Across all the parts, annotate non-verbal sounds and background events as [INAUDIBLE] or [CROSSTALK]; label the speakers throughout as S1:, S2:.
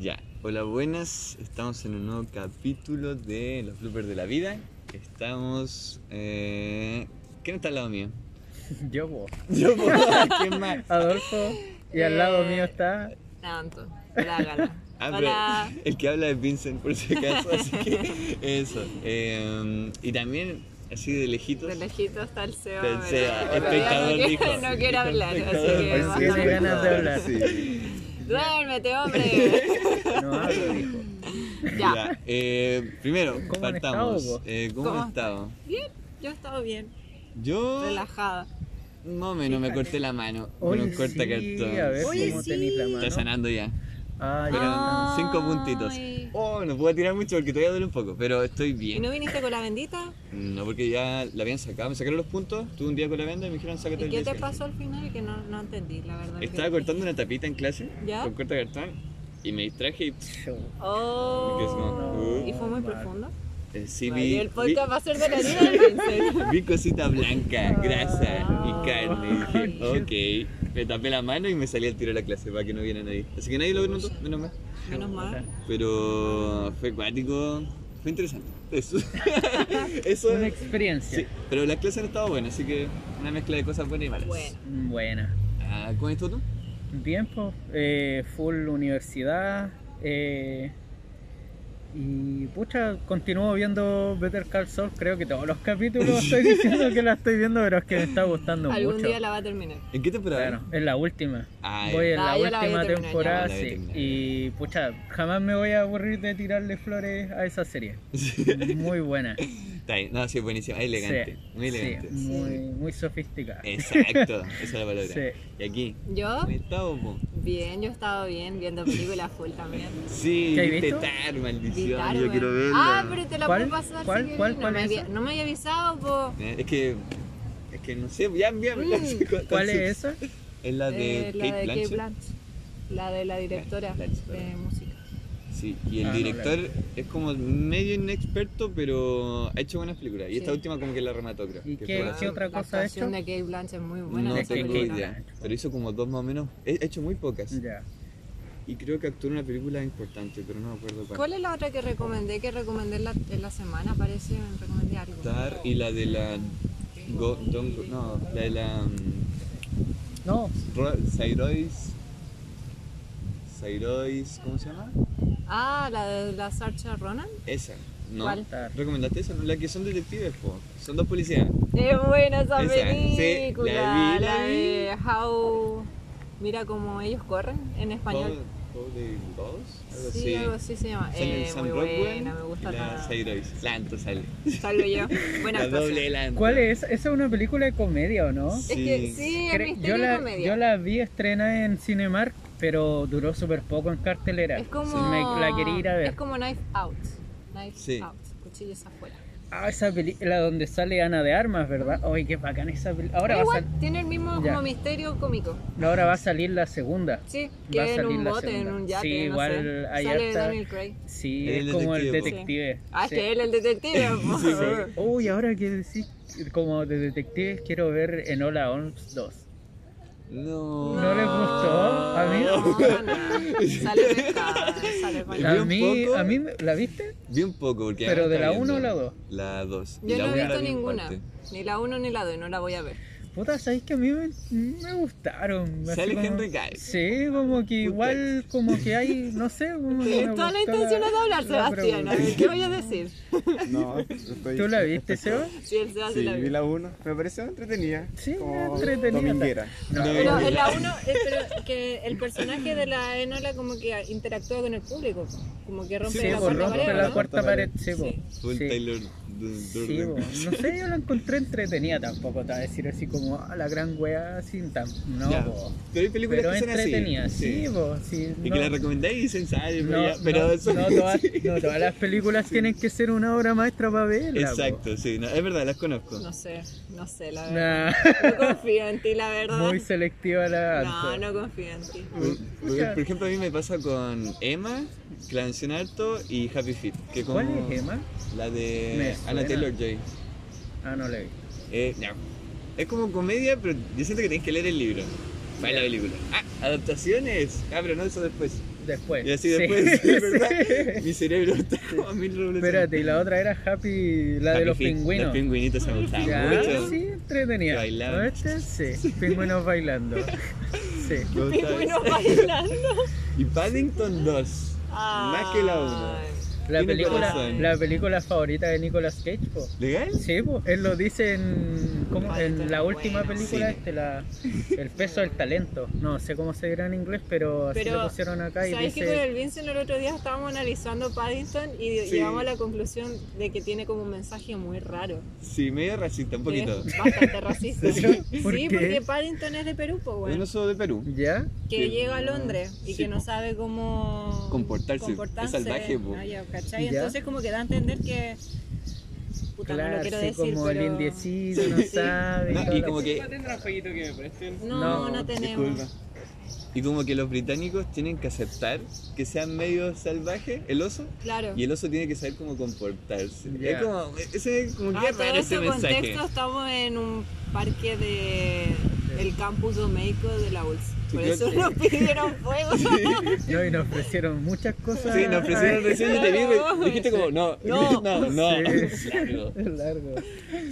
S1: Ya, hola buenas, estamos en un nuevo capítulo de Los Bloopers de la Vida. Estamos... Eh... ¿Quién está al lado mío? [LAUGHS]
S2: Yo, po.
S1: Yo, po. ¿quién más?
S2: Adolfo. Y al lado
S3: Eh.
S2: mío está.
S3: Tanto, lágala.
S1: [LAUGHS] Ah, pero
S3: Hola.
S1: el que habla es Vincent por si acaso, así que eso. Eh, y también, así de lejitos,
S3: De lejitos está el Seba.
S1: Del
S3: pero
S1: Seba,
S3: todavía
S1: espectador
S3: no,
S1: dijo.
S3: quiere- no quiere hablar, así
S1: Espectador,
S3: que
S1: pues,
S3: vamos
S2: tiene
S3: a ver.
S2: ganas de hablar.
S4: Sí.
S1: [LAUGHS]
S3: Duérmete, hombre.
S2: No hablo,
S3: [LAUGHS]
S2: dijo.
S3: Ya.
S1: Ya, eh, primero,
S2: ¿Cómo han
S1: partamos.
S2: estado, po?
S1: Eh, ¿Cómo,
S3: ¿Cómo
S1: han estado?
S3: Bien, yo he estado bien,
S1: Yo,
S3: relajada.
S1: más o menos, me corté la mano con
S2: Oye,
S1: un corta
S2: sí, a ver
S3: Oye,
S2: cómo
S3: sí.
S2: tenís la mano.
S1: Está sanando ya.
S2: Ah,
S1: Pero
S2: ya.
S3: Ay.
S1: cinco puntitos. Oh, no puedo tirar mucho porque todavía duele un poco, pero estoy
S3: ¿Y
S1: bien.
S3: no viniste con la bendita?
S1: No, porque ya la habían sacado, me sacaron los puntos, tuve un día con la venda y me dijeron sácate
S3: ¿Y
S1: el
S3: qué te
S1: 18".
S3: pasó al final? Que no, no entendí, la verdad.
S1: Estaba cortando una tapita en clase
S3: ¿Ya?
S1: con corta cartón y me distraje y pff, Porque es
S3: Oh.
S1: como-
S3: ¿Y fue muy
S2: Mal.
S3: profundo?
S1: eh, sí
S3: Vale,
S1: vi,
S3: el
S1: vi-
S3: podcast va a ser de la vida del Vincent.
S1: [LAUGHS] vi cosita blanca, grasa y carne.
S3: Ay.
S1: Dije, ok, me tapé la mano y me salí al tiro de la clase para que no viera nadie. Así que nadie lo notó, menos mal.
S3: Menos mal.
S1: Pero fue acuático, fue interesante. Eso, [LAUGHS]
S2: Fue
S1: eso
S2: Una
S1: es.
S2: experiencia.
S1: Sí, pero las clases han estado buenas, así que una mezcla de cosas buenas y malas.
S3: Bueno.
S2: Buena.
S1: Ah, ¿Cómo estuvo tú?
S2: Bien, po. Eh, full universidad. Eh, y pucha, continúo viendo Better Call Saul. Creo que todos los
S3: [LAUGHS]
S2: capítulos estoy diciendo que la estoy viendo, pero es que me está gustando
S3: Algún
S2: mucho.
S3: día la va a terminar.
S1: ¿En qué temporada?
S2: Claro, es la última.
S1: Ah,
S2: Voy en
S3: Ah,
S2: la
S3: ya la
S2: última
S3: había terminado,
S2: temporada,
S1: ya. La había
S2: sí.
S1: terminado.
S2: Y pucha, jamás me voy a aburrir de tirarle flores a
S1: [LAUGHS]
S2: esa serie. Muy buena.
S1: Está bien. No, sí, buenísima, elegante,
S2: Sí,
S1: muy
S2: sí,
S1: elegante. Eh,
S2: muy, muy sofisticada. [LAUGHS]
S1: Exacto, esa es la palabra.
S2: Sí.
S1: Y aquí,
S3: Yo,
S1: ¿cómo estamos? po?
S3: bien, yo he estado bien, viendo películas full también.
S1: Sí,
S2: ¿Qué hay
S1: viste
S2: visto?
S1: Tar,
S3: Vi
S1: maldición,
S3: Targo.
S1: yo quiero verla.
S3: Ah, pero te la
S2: ¿Cuál?
S3: puedo pasar
S2: ¿Cuál?
S3: si querés.
S2: ¿Cuál?
S3: no,
S2: ¿Cuál
S3: me
S2: es
S3: había,
S2: esa?
S3: no me había avisado, po.
S1: Eh, Es que, es que no sé, ya envíame. [LAUGHS]
S3: Mm.
S2: ¿Cuál es esa?
S1: Es la de
S3: Eh,
S1: Kate
S3: la de Kate
S1: Blanchett.
S3: Blanchett. La de la directora
S1: Blanchett,
S3: de
S1: perdón.
S3: música.
S1: Sí, y el
S2: Ah, no,
S1: director es como medio inexperto, pero ha hecho buenas películas. Y esta
S3: Sí.
S1: última como que la remató, creo.
S2: ¿Y
S1: que
S2: qué-
S1: fue
S3: Ah,
S1: así.
S2: qué otra
S3: la
S2: cosa ha
S3: actuación
S2: hecho?
S3: de Kate Blanchett es muy buena.
S1: No
S3: en esa
S1: tengo
S3: película.
S1: idea, pero hizo como dos más o menos. He hecho muy pocas.
S2: Ya.
S1: Y creo que actuó en una película importante, pero no me acuerdo cuál.
S3: ¿Cuál es la otra que recomendé? Que recomendé en la, en la semana, parece. me Recomendé algo.
S1: Tar y la de la. Go- Don't Go- no, la de la. um,
S2: No,
S1: Ro- Sairois. Sairois. ¿Cómo se llama?
S3: Ah, la de la Sarcha Ronan.
S1: Esa. No.
S3: ¿Cuál?
S2: Tar.
S1: ¿Recomendaste esa? No, la que son detectives, po. Son dos policías.
S3: Es buena esa,
S1: Esa, sí,
S3: película.
S1: la vi, la vi.
S3: de How. Mira cómo ellos corren en español.
S1: Paul- Paul y Boss, algo
S3: sí,
S1: así.
S3: algo así se llama.
S1: Sale el
S3: Eh,
S1: Sam
S3: muy
S1: Rockwell
S3: buena, me gusta
S1: y la
S3: tanto.
S1: Sairois. Lanto sale.
S3: Salgo yo. Buena
S1: la doble
S3: actuación.
S1: Lanto.
S2: ¿Cuál es? Esa es una película de comedia, ¿o no?
S3: Es
S1: Sí.
S3: que sí, es
S2: Cre- yo,
S3: misterio y
S2: la,
S3: comedia.
S2: yo la vi estrenada en Cinemark, pero duró súper poco en cartelera.
S3: Es como.
S2: Me- la quería ir a ver.
S3: Es como Knife Out. Knife
S1: Sí.
S3: Out. Cuchillos afuera.
S2: Ah, esa película donde sale Ana de Armas, ¿verdad? Ay, qué bacán esa película. Ahora,
S3: Pero
S2: va a
S3: igual
S2: sal-
S3: tiene el mismo
S2: Ya.
S3: como misterio cómico.
S2: ahora va a salir la segunda.
S3: Sí,
S2: Va a
S3: que en
S2: salir
S3: un
S2: la
S3: bote, en
S2: segunda.
S3: un yate.
S2: Sí,
S3: no
S2: igual
S3: sé.
S2: hay
S3: Sale
S2: harta-
S3: Daniel Craig.
S2: Sí,
S1: El
S2: es como el
S1: detective,
S2: detective.
S3: Ah, es
S2: Sí.
S3: que él es el
S2: [LAUGHS]
S3: detective. po.
S1: Sí, sí.
S2: Uy, ahora que decís, como de detectives, quiero ver Enola Holmes 2.
S1: No.
S2: No les gustó, a mí no.
S3: No,
S1: [LAUGHS]
S3: no. Sale pescada, sale con
S1: Vi
S2: A
S1: un
S2: mí,
S1: poco.
S2: a mí, ¿la viste?
S1: Vi un poco porque.
S2: ¿Pero de la
S1: está
S2: uno o
S1: viendo
S2: la dos?
S1: La 2.
S3: Yo no he visto ninguna. Ni la 1 ni la 2, no la voy a ver.
S2: Puta, sabéis que a mí me, me gustaron. así
S1: Sale
S2: como-
S1: Henry Cavill.
S2: Sí, como que igual, como que hay, no sé. Como que me
S3: Toda la
S2: gustó
S3: intención es de hablar,
S2: la
S3: Sebastián. A
S2: pregunta.
S3: ver, ¿qué voy a decir?
S4: No, pues, estoy
S2: ¿Tú la viste, Seba?
S3: Sí, el
S1: Ah,
S3: Seba sí,
S4: Sí,
S3: la
S4: vi
S3: vio.
S4: la 1. Me pareció entretenida.
S2: Sí,
S4: como
S2: entretenida.
S4: Dominguera.
S2: No,
S3: Pero en la 1, pero que el personaje de la Enola como que interactúa con el público. Como que rompe
S2: Sí,
S3: la
S2: po,
S3: cuarta
S2: rompe
S3: pared,
S2: la
S3: ¿no?
S2: cuarta pared, sí, po.
S1: Full
S2: Sí.
S1: Taylor Dur-
S2: Sí,
S1: Durden.
S2: bo. no sé, yo la encontré entretenida tampoco, te voy a decir así como "Ah, la gran weá sin tan. No,
S1: Ya.
S2: bo.
S1: Pero hay películas
S2: pero
S1: que son así.
S2: entretenida, sí, bo, sí,
S1: Y
S2: no,
S1: que la recomendáis y dicen, sale,
S2: no,
S1: pero ya- pero
S2: no,
S1: eso-
S2: no todas, no todas las películas tienen que ser una obra maestra para verla. bo.
S1: Exacto, sí, no, es verdad, las conozco.
S3: No sé, no sé, la verdad.
S2: Nah, [LAUGHS]
S3: No confío en ti, la verdad.
S2: muy selectiva la
S3: no,
S2: arte.
S3: no confío en ti.
S1: Por por ejemplo, a mí me pasa con Emma, Clanción Harto y Happy Feet. Que como
S2: ¿Cuál es Emma?
S1: La
S2: Me
S1: de Anna
S2: suena.
S1: Taylor Joy.
S2: Ah, no la vi.
S1: Eh, no. Es como comedia, pero yo siento que tenés que leer el libro. Fue la película. Ah, adaptaciones. Ah, pero no eso después.
S2: Después.
S1: Y así
S2: Sí,
S1: [LAUGHS]
S2: [LAUGHS]
S1: después,
S2: sí.
S1: ¿verdad? Mi cerebro está como a mil revoluciones.
S2: Espérate, y la otra era Happy, la de
S1: Happy
S2: los
S1: Feet,
S2: pingüinos.
S1: Los pingüinitos se me gustaban
S2: Ya,
S1: mucho.
S2: sí, entretenida.
S1: Bailaban.
S2: ¿No viste?
S1: [LAUGHS]
S2: Sí, pingüinos bailando. Sí.
S1: Me gustaba
S3: Pingüinos
S1: eso.
S2: [LAUGHS]
S3: bailando.
S1: Y Paddington 2. Más que la 1.
S3: Ay.
S2: La
S1: Tiene
S2: película,
S1: corazón.
S2: la película favorita de Nicolas Cage, po.
S1: ¿Legal?
S2: Sí, po, él lo dice en, ¿cómo? en la última
S3: Bueno.
S2: película,
S1: Sí.
S2: este, la, el peso del talento. No sé cómo se dirá en inglés, pero así
S3: Pero,
S2: lo pusieron acá y
S3: ¿Sabéis que con
S2: dice...
S3: el Vincent el otro día estábamos analizando Paddington y
S1: Sí.
S3: llegamos a la conclusión de que tiene como un mensaje muy raro?
S1: Sí, medio racista, un poquito.
S3: Es bastante
S2: [LAUGHS]
S3: racista.
S2: ¿Sí?
S3: Sí,
S2: ¿Por qué?
S3: porque Paddington es de Perú, pues,
S1: Un
S3: bueno,
S1: oso de Perú.
S2: ¿Ya?
S3: que
S1: Sí.
S3: llega a Londres y
S1: Sí,
S3: que no
S1: po.
S3: sabe cómo
S1: Comportarse, es salvaje, po.
S3: Ah, ya, ¿cachai?
S2: Ya.
S3: Entonces como que da a entender que... Puta, no lo quiero
S2: Claro, sí,
S3: decir,
S2: como el
S3: pero-
S2: indeciso,
S3: [LAUGHS]
S2: no sabe.
S1: No,
S2: toda
S1: y
S2: la-
S1: como que
S5: ¿Tendrán jueguito que me presten?
S3: No,
S2: No,
S3: no, tenemos.
S1: Disculpa. Y como que los británicos tienen que aceptar que sean medio salvaje el oso
S3: Claro.
S1: y el oso tiene que saber cómo comportarse.
S2: Ya.
S1: Es como, ese, como
S3: Ah,
S1: que
S3: todo
S1: raro ese
S3: ese
S1: mensaje.
S3: contexto estamos en un parque de el campus Domeico de la ULS.
S1: Sí,
S3: Por
S1: creo
S3: eso
S1: que-
S3: nos
S1: [LAUGHS]
S3: pidieron fuego.
S2: No, y nos ofrecieron muchas cosas.
S1: Sí, nos ofrecieron
S2: Ay,
S1: recién y te vi, me- dijiste como, no, no,
S3: No.
S1: no, no.
S2: Sí.
S1: Largo.
S2: es largo.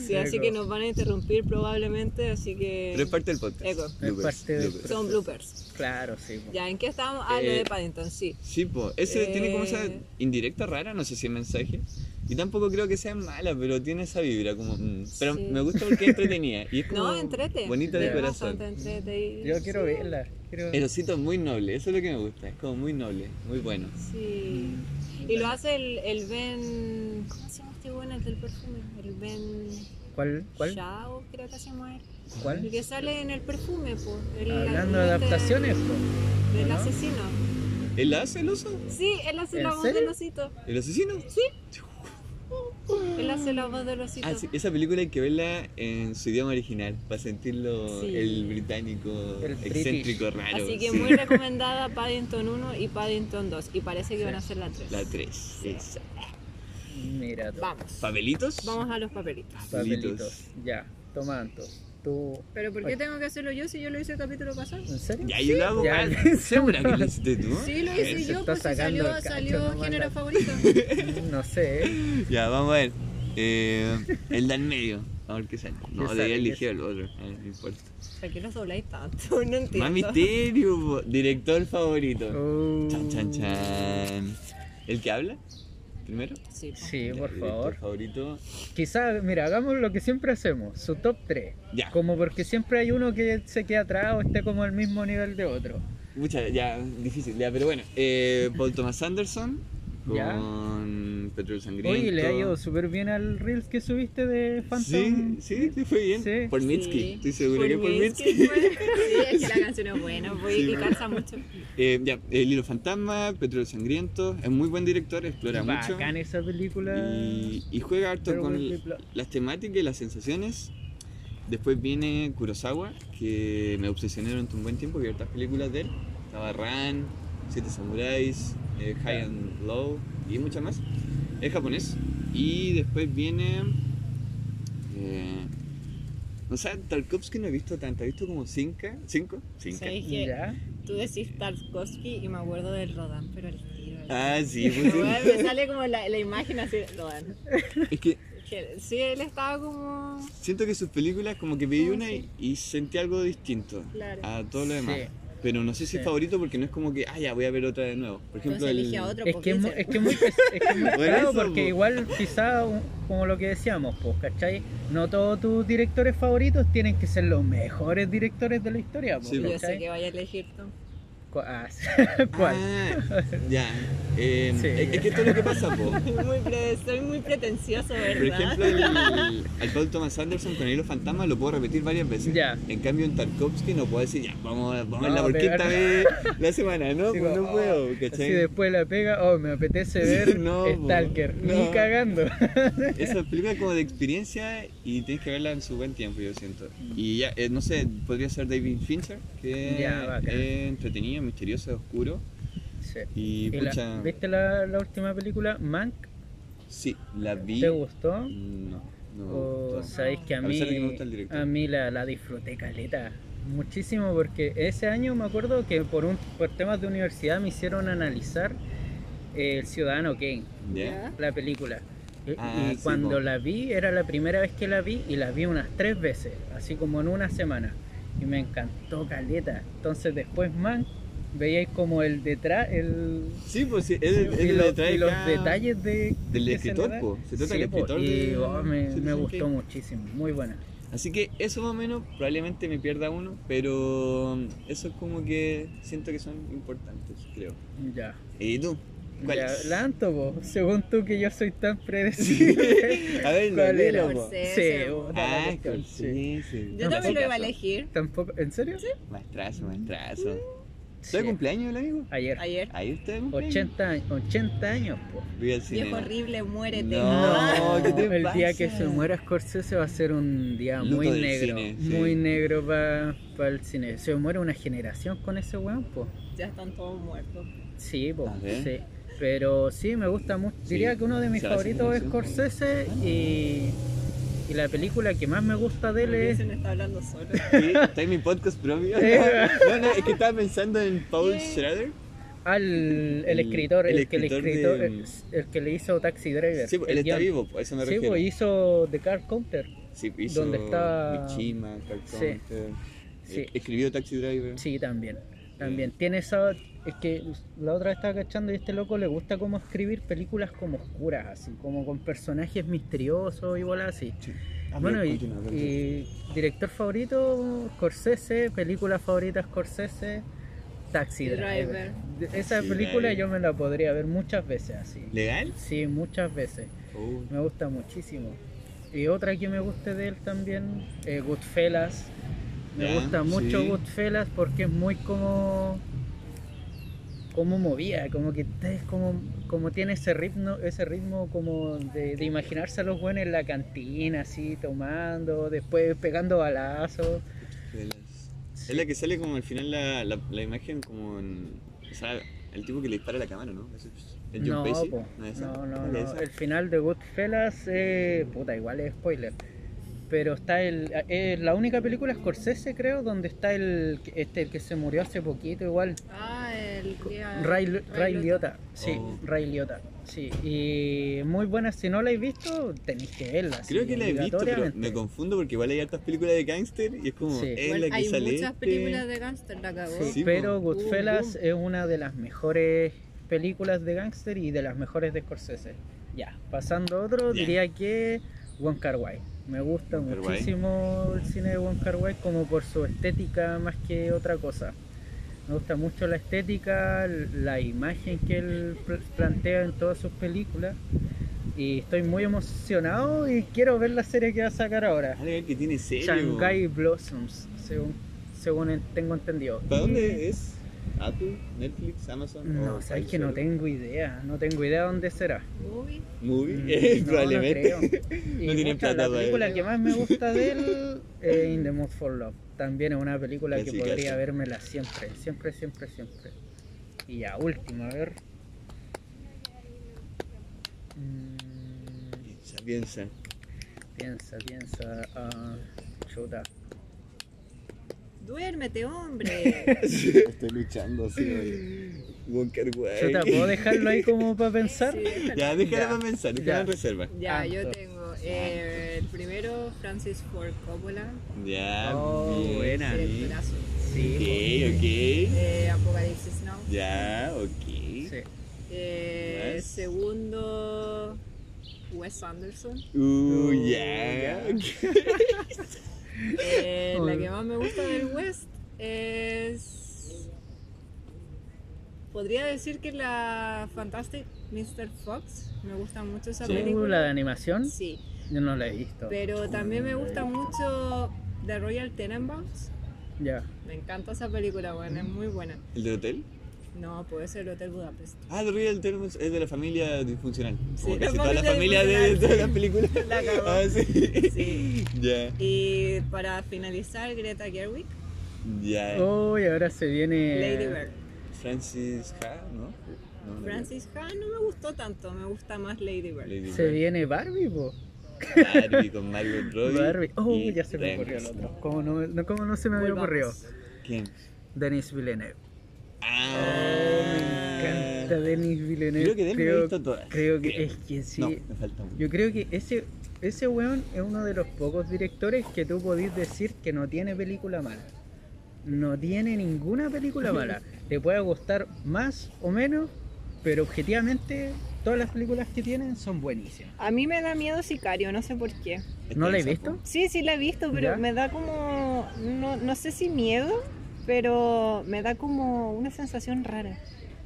S3: Sí, así que nos van a interrumpir probablemente, así que
S1: Pero es parte del podcast.
S3: Eco.
S1: Bloopers,
S2: Es parte del
S1: bloopers.
S3: son bloopers.
S2: Claro, sí. po.
S3: Ya, ¿en qué estábamos? Ah, lo
S1: Eh,
S3: de Paddington, sí.
S1: Sí, po. Ese tiene como esa
S3: Eh.
S1: indirecta rara, no sé si es mensaje. Y tampoco creo que sea mala, pero tiene esa vibra como... mm. Pero
S3: Sí.
S1: me gusta porque es entretenida. Y es como
S3: [LAUGHS] No, entrete.
S1: bonita de
S3: Es
S1: corazón.
S3: bastante entrete y-
S2: Yo quiero
S3: sí,
S2: verla. Quiero...
S1: El osito es muy noble, eso es lo que me gusta. Es como muy noble, muy bueno.
S3: Sí. Y lo hace el, el Ben... ¿Cómo se llama este bueno, el del perfume? El Ben...
S2: ¿Cuál? ¿Cuál?
S3: Shao, creo que se llama él. El
S2: ¿Cuál?
S3: que sale en el perfume, pues.
S2: Hablando de adaptaciones, po.
S3: Del
S2: ¿no?
S3: asesino.
S1: ¿El hace el oso?
S3: Sí, él hace
S2: ¿En
S3: la voz
S2: serio?
S3: del osito.
S1: ¿El asesino?
S3: Sí. Él hace la voz del osito.
S1: Ah, sí, esa película hay que verla en su idioma original para sentirlo
S3: Sí.
S1: el británico
S2: El british.
S1: excéntrico raro.
S3: Así que
S1: sí.
S3: muy recomendada Paddington 1 y Paddington 2. Y parece que
S2: Sí.
S3: van a ser la 3.
S1: La 3.
S2: Mira, tú.
S3: Vamos.
S1: ¿Papelitos?
S3: Vamos a los papelitos.
S2: Papelitos. Ya, toma Anto. ¿Tú?
S3: Pero ¿por qué tengo que hacerlo yo si yo lo hice el capítulo pasado?
S2: ¿En serio?
S1: Ya yo lo hago.
S2: [LAUGHS] ya.
S1: [LAUGHS] mal. ¿Segura que lo hiciste tú?
S3: Sí, lo
S1: Eh,
S3: hice
S2: se
S3: yo,
S2: está
S3: pues si
S2: sacando
S3: salió,
S2: el cacho
S3: salió
S2: nomás la- [LAUGHS]
S3: género favorito.
S2: No sé. ¿eh?
S1: Ya, vamos a ver. Eh, el del medio. A ver qué sale. No,
S2: sale?
S1: de
S2: ¿Qué
S1: eligió el otro. eh, No importa.
S3: ¿Por qué nos dobláis tanto? No entiendo.
S1: Más misterio, po. director favorito.
S2: Uh,
S1: Chan, chan, chan. ¿El que habla? ¿Primero?
S3: Sí, po.
S2: Sí,
S1: Ya,
S2: por
S1: director
S2: favor.
S1: favorito.
S2: Quizás, mira, hagamos lo que siempre hacemos, su top 3.
S1: Ya.
S2: Como porque siempre hay uno que se queda atrás o esté como al mismo nivel de otro.
S1: Mucha, ya, difícil, ya, pero bueno. Eh, Paul Thomas Anderson con
S2: Ya.
S1: Petrol Sangriento.
S2: Oye, le ha ido súper bien al Reels que subiste de Phantom.
S1: Sí, sí, te fue bien.
S2: Sí.
S1: Por Mitski,
S3: Sí.
S1: estoy seguro que por
S3: Minsky
S1: Mitski. [LAUGHS]
S3: fue. Sí, es que la canción es buena, voy
S1: Sí,
S3: y
S1: bueno.
S3: calza mucho.
S1: Eh, ya, El Hilo Fantasma, Petróleo Sangriento. Es muy buen director, explora mucho.
S2: Bacán esa película.
S1: Y, y juega harto
S2: Pero
S1: con
S2: buen
S1: l-
S2: película.
S1: las temáticas y las sensaciones. Después viene Kurosawa, que me obsesioné durante un buen tiempo, vi hartas películas de él. Estaba Ran, Siete Samuráis, eh, High
S2: Ya.
S1: and Low y muchas más. Es japonés. Y después viene... eh, o sea, Tarkovsky no he visto tanto, he visto como cinco, cinco, cinco.
S3: Sí, que-
S2: ¿Ya?
S3: Tú decís Tarkovsky y me acuerdo del Rodán, pero el tiro. el-
S1: Ah,
S3: [LAUGHS]
S1: sí, pues,
S3: Pero,
S1: sí.
S3: bueno, me sale como la, la imagen así, Rodán.
S1: es que
S3: Que- Sí, él estaba como.
S1: Siento que sus películas como que vi
S3: Ah,
S1: una y,
S3: sí.
S1: y sentí algo distinto
S3: Claro.
S1: a todo lo demás.
S2: Sí.
S1: Pero no sé si
S2: Sí.
S1: es favorito porque no es como que, ah, ya voy a ver otra de nuevo. Por ejemplo,
S3: Entonces elige
S1: el...
S3: a otro.
S2: Es
S3: pues,
S2: que es, mu-
S3: dice.
S2: es que es muy, pes- es que es muy
S1: [LAUGHS] Por
S2: pesado
S1: eso,
S2: porque
S1: po.
S2: igual quizá un- como lo que decíamos, pues, ¿cachai? No todos tus directores favoritos tienen que ser los mejores directores de la historia, pues,
S1: Sí, po.
S3: Yo sé
S2: ¿cachai?
S3: que vaya a elegir tú. [LAUGHS]
S2: Cu- ah, [LAUGHS] sí. ¿Cuál? [LAUGHS]
S1: Ah, ya. Eh,
S2: Sí.
S1: es, es que esto es lo que pasa,
S3: [LAUGHS]
S1: po.
S3: Muy pre- soy muy pretencioso, ¿verdad?
S1: Por ejemplo, el, al Paul Thomas Anderson con el hilo fantasma lo puedo repetir varias veces.
S2: Ya.
S1: En cambio, en Tarkovsky no puedo decir, ya, vamos, a- vamos a
S2: No,
S1: verla por
S2: pegar.
S1: quinta vez la semana, ¿no?
S2: Digo,
S1: Pues no
S2: oh,
S1: puedo,
S2: Si
S1: ¿cachai?
S2: después la pega, oh, me apetece
S1: [LAUGHS]
S2: ver
S1: No, po.
S2: Stalker, ni
S1: No.
S2: cagando.
S1: Esa película como de experiencia y tienes que verla en su buen tiempo, yo siento.
S2: Mm.
S1: Y ya, eh, no sé, podría ser David Fincher, que
S2: Ya, bacán.
S1: es entretenido, misterioso, oscuro.
S2: [LAUGHS] Sí.
S1: Y,
S2: ¿Y la-
S1: pucha,
S2: ¿Viste la, la última película, Mank?
S1: sí, la vi.
S2: ¿Te gustó?
S1: No, no me
S2: O
S1: gustó.
S2: sabéis que a
S1: A
S2: mí,
S1: pesar de que me gusta el director.
S2: a mí la, la disfruté caleta. muchísimo porque ese año me acuerdo que por, un, por temas de universidad me hicieron analizar eh, El Ciudadano Kane,
S1: ¿Ya?
S2: la película. Y-
S1: Ah,
S2: y
S1: sí,
S2: cuando
S1: po.
S2: la vi, era la primera vez que la vi y la vi unas tres veces, así como en una semana. Y me encantó Caleta. Entonces después, man, veíais como el detrás, el...
S1: Sí, pues sí, es, es
S2: y
S1: de
S2: los,
S1: detrás
S2: y los
S1: acá
S2: detalles de...
S1: Del
S2: que se
S1: escritor,
S2: le da.
S1: po. Se trata del
S2: Sí, po,
S1: escritor
S2: y,
S1: de-
S2: oh, me,
S1: Sí, sí,
S2: me
S1: sí.
S2: gustó muchísimo, muy buena.
S1: Así que eso más o menos, probablemente me pierda uno, pero um, eso es como que siento que son importantes, creo.
S2: Ya.
S1: ¿Y tú? ¿Cuál
S2: Ya,
S1: es?
S2: Lanto, po. según tú que yo soy tan
S1: [LAUGHS]
S2: predecible.
S1: [LAUGHS] A ver,
S2: ¿Cuál
S1: lo
S2: era?
S1: leo, po.
S2: sí, puta la
S1: Ah,
S2: cuestión,
S1: cool,
S2: sí.
S1: sí, sí.
S6: Yo
S2: No,
S6: también lo
S1: Caso.
S6: iba a elegir
S2: Tampoco, ¿En serio? Sí.
S1: Maestrazo, maestrazo. ¿Está de cumpleaños el amigo?
S2: Ayer.
S6: ayer.
S1: Ahí está de cumpleaños.
S2: 80, años- 80 años, po.
S1: Viva el
S6: Viejo
S1: cinema.
S6: horrible, muérete.
S1: No, ¿qué te
S2: el día
S1: pasa?
S2: que se muera Scorsese va a ser un día
S1: Luto
S2: muy
S1: del
S2: negro,
S1: cine, sí.
S2: muy negro para el cine. Se muere una generación con ese weón, po.
S6: [LAUGHS] Ya están todos muertos.
S2: Sí, po,
S1: A ver.
S2: sí. Pero sí, me gusta mucho.
S1: Ah, Sí.
S2: Diría que uno de mis
S1: Se hace
S2: favoritos es
S1: generación.
S2: Scorsese y, y la película que más me gusta de él es
S6: Se me está hablando solo.
S1: Sí, está en mi podcast
S2: [LAUGHS]
S1: propio.
S2: Sí.
S1: No, no, es que estaba pensando en Paul Schrader.
S2: al el,
S1: El-
S2: escritor, el,
S1: el
S2: que le
S1: escritor
S2: escritor-
S1: de-
S2: el, el que le hizo Taxi Driver.
S1: Sí, pues,
S2: el
S1: él está
S2: guión.
S1: vivo, po, a eso me
S2: Sí,
S1: refiero.
S2: pues hizo The Car Counter.
S1: Sí, hizo
S2: donde está-
S1: Mishima, Carl
S2: Sí.
S1: Counter.
S2: Sí.
S1: Eh, Escribió Taxi Driver.
S2: Sí, también. También tiene esa. Es que la otra vez estaba cachando y este loco le gusta como escribir películas como oscuras, así, como con personajes misteriosos y bolas así.
S1: Ah,
S2: bueno,
S1: pero
S2: y,
S1: continúa, continúa.
S2: y director favorito, Scorsese, película favorita, Scorsese, Taxi
S6: Driver.
S2: Driver. De- Esa
S1: Taxi
S2: película
S1: Driver.
S2: yo me la podría ver muchas veces así.
S1: ¿Legal?
S2: Sí, muchas veces.
S1: Oh.
S2: Me gusta muchísimo. Y otra que me guste de él también, eh, Goodfellas. Me
S1: Ya,
S2: gusta mucho
S1: sí.
S2: Goodfellas porque es muy como. como movía, como que te- es como, como tiene ese ritmo, ese ritmo como de, de imaginarse a los buenos en la cantina, así, tomando, después pegando balazos.
S1: de las- Es la que sale como al final la, la, la imagen como en... O sea, el tipo que le dispara a la cámara, ¿no? Ese- El John
S2: No,
S1: Pesci.
S2: po,
S1: es esa?
S2: no,
S1: ¿Cuál
S2: no,
S1: es
S2: no.
S1: esa?
S2: El final de Goodfellas, eh, puta, igual es spoiler. Pero está el. Es la única película Scorsese, creo, donde está el. Este, el que se murió hace poquito, igual.
S6: Ah, el día.
S2: Ray, Ray Liotta. Sí,
S1: Oh.
S2: Ray Liotta. Sí, y muy buena. Si no la he visto, tenéis que verla. sí,
S1: Creo que la he visto, pero
S2: obligatoriamente.
S1: me confundo porque igual hay hartas películas de gángster y es como,
S2: Sí.
S1: es
S6: Bueno,
S1: la que
S6: hay
S1: sale
S6: muchas
S1: este.
S6: películas de gángster, la cagó.
S2: Sí,
S1: Sí, pues.
S2: pero
S6: po.
S2: Goodfellas
S6: Boom,
S2: es una de las mejores películas de gángster y de las mejores de Scorsese. Ya, pasando a otro,
S1: Ya.
S2: diría que Wong Kar Wai. Me gusta
S1: Wong Kar Wai.
S2: muchísimo el cine de Wong Kar Wai como por su estética más que otra cosa. Me gusta mucho la estética, la imagen que él pl- plantea en todas sus películas. Y estoy muy emocionado y quiero ver la serie que va a sacar ahora.
S1: Ah, legal, que tiene serio.
S2: Shanghai Blossoms, según, según en- tengo entendido.
S1: ¿Para
S2: Y-
S1: dónde es? ¿Apple? ¿Netflix? ¿Amazon?
S2: no,
S1: ¿O
S2: sabes
S1: cuál
S2: que no
S1: será?
S2: tengo idea, no tengo idea dónde será.
S6: Movie.
S1: [LAUGHS] ¿Movie?
S2: Mm,
S1: Eh,
S2: no, no
S1: probablemente.
S2: creo.
S1: [LAUGHS]
S2: Y
S1: No tienen
S2: pucha,
S1: plata
S2: La
S1: para
S2: película
S1: eso.
S2: que más me gusta de él es In the Mood for Love. También es una película
S1: Ya
S2: que
S1: sí,
S2: podría
S1: cacho.
S2: vérmela siempre, siempre, siempre, siempre. Y ya última, a ver. Mm,
S1: Piensa, piensa.
S2: piensa, piensa. ah, chuta.
S6: Duérmete,
S2: [LAUGHS]
S6: hombre.
S4: Estoy luchando así, oye.
S1: Wong Kar Wai.
S2: Chuta, ¿puedo dejarlo ahí como para pensar?
S6: Sí, déjalo.
S1: [LAUGHS] Ya,
S2: Ya.
S1: déjala para pensar, déjala
S2: Ya.
S1: en reserva.
S6: Ya, yo
S2: Tanto.
S6: tengo. eh, el primero, Francis Ford Coppola.
S1: Ya,
S2: Oh,
S1: bien.
S2: buena.
S6: Directorazo.
S2: Sí,
S1: Ok,
S6: Eh, Apocalipsis Now.
S1: ok. Ya, ok.
S2: po, sí.
S6: Eh,
S1: Nice.
S6: Segundo, Wes Anderson.
S1: Uh, ya.
S2: Oh, ya.
S6: Eh, la
S2: Uy.
S6: que más me gusta del West es. Podría decir que la Fantastic Mr. Fox. Me gusta mucho esa
S1: Sí.
S2: Uh,
S6: película.
S2: ¿La de animación?
S6: Sí,
S2: Yo no la he visto.
S6: pero también me gusta mucho The Royal Tenenbaums.
S2: Ya.
S6: Me encanta esa película, bueno, es muy buena.
S1: ¿El de hotel?
S6: No, puede ser Hotel Budapest.
S1: Ah, The Royal Tenenbaums es de la familia disfuncional. Como
S6: Sí,
S1: casi
S6: la
S1: toda la
S6: familia
S1: familia de
S6: disfuncional.
S1: todas las
S2: [LAUGHS]
S1: películas.
S6: La cagó.
S1: Ah, sí. [LAUGHS]
S6: Sí.
S1: Ya,
S6: Y para finalizar, Greta Gerwig,
S1: ya.
S2: Uy, ahora se viene.
S6: Lady Bird.
S1: Francis Ha, ¿no? No, no,
S6: Francis Ha no me gustó tanto, me gusta más Lady Bird.
S1: Lady
S2: Se
S1: Bird.
S2: viene Barbie, po.
S1: Barbie con
S2: [LAUGHS]
S1: Margot Robbie.
S2: Barbie. Oh,
S1: y
S2: ya se me
S1: Ryan
S2: ocurrió el
S1: Gosling.
S2: otro. ¿Cómo no, me- no, cómo no se me había ocurrido?
S6: Volvamos.
S1: ¿Quién?
S2: Denis Villeneuve.
S1: Ah,
S2: Me encanta Denis Villeneuve.
S1: Creo que de él me he visto todas.
S2: creo que
S1: Creo.
S2: es que sí.
S1: No, me falta uno.
S2: Yo creo que ese, ese weón es uno de los pocos directores que tú podís decir que no tiene película mala. No tiene
S1: [LAUGHS]
S2: ninguna película mala. Te puede gustar más o menos, pero objetivamente todas las películas que tienen son buenísimas.
S6: A mí me da miedo Sicario, no sé por qué.
S2: ¿No la he
S1: Este es
S2: visto?
S1: Sapo.
S6: Sí, sí la he visto, pero
S2: ¿Ya?
S6: me da como, no, no sé si miedo, pero me da como una sensación rara.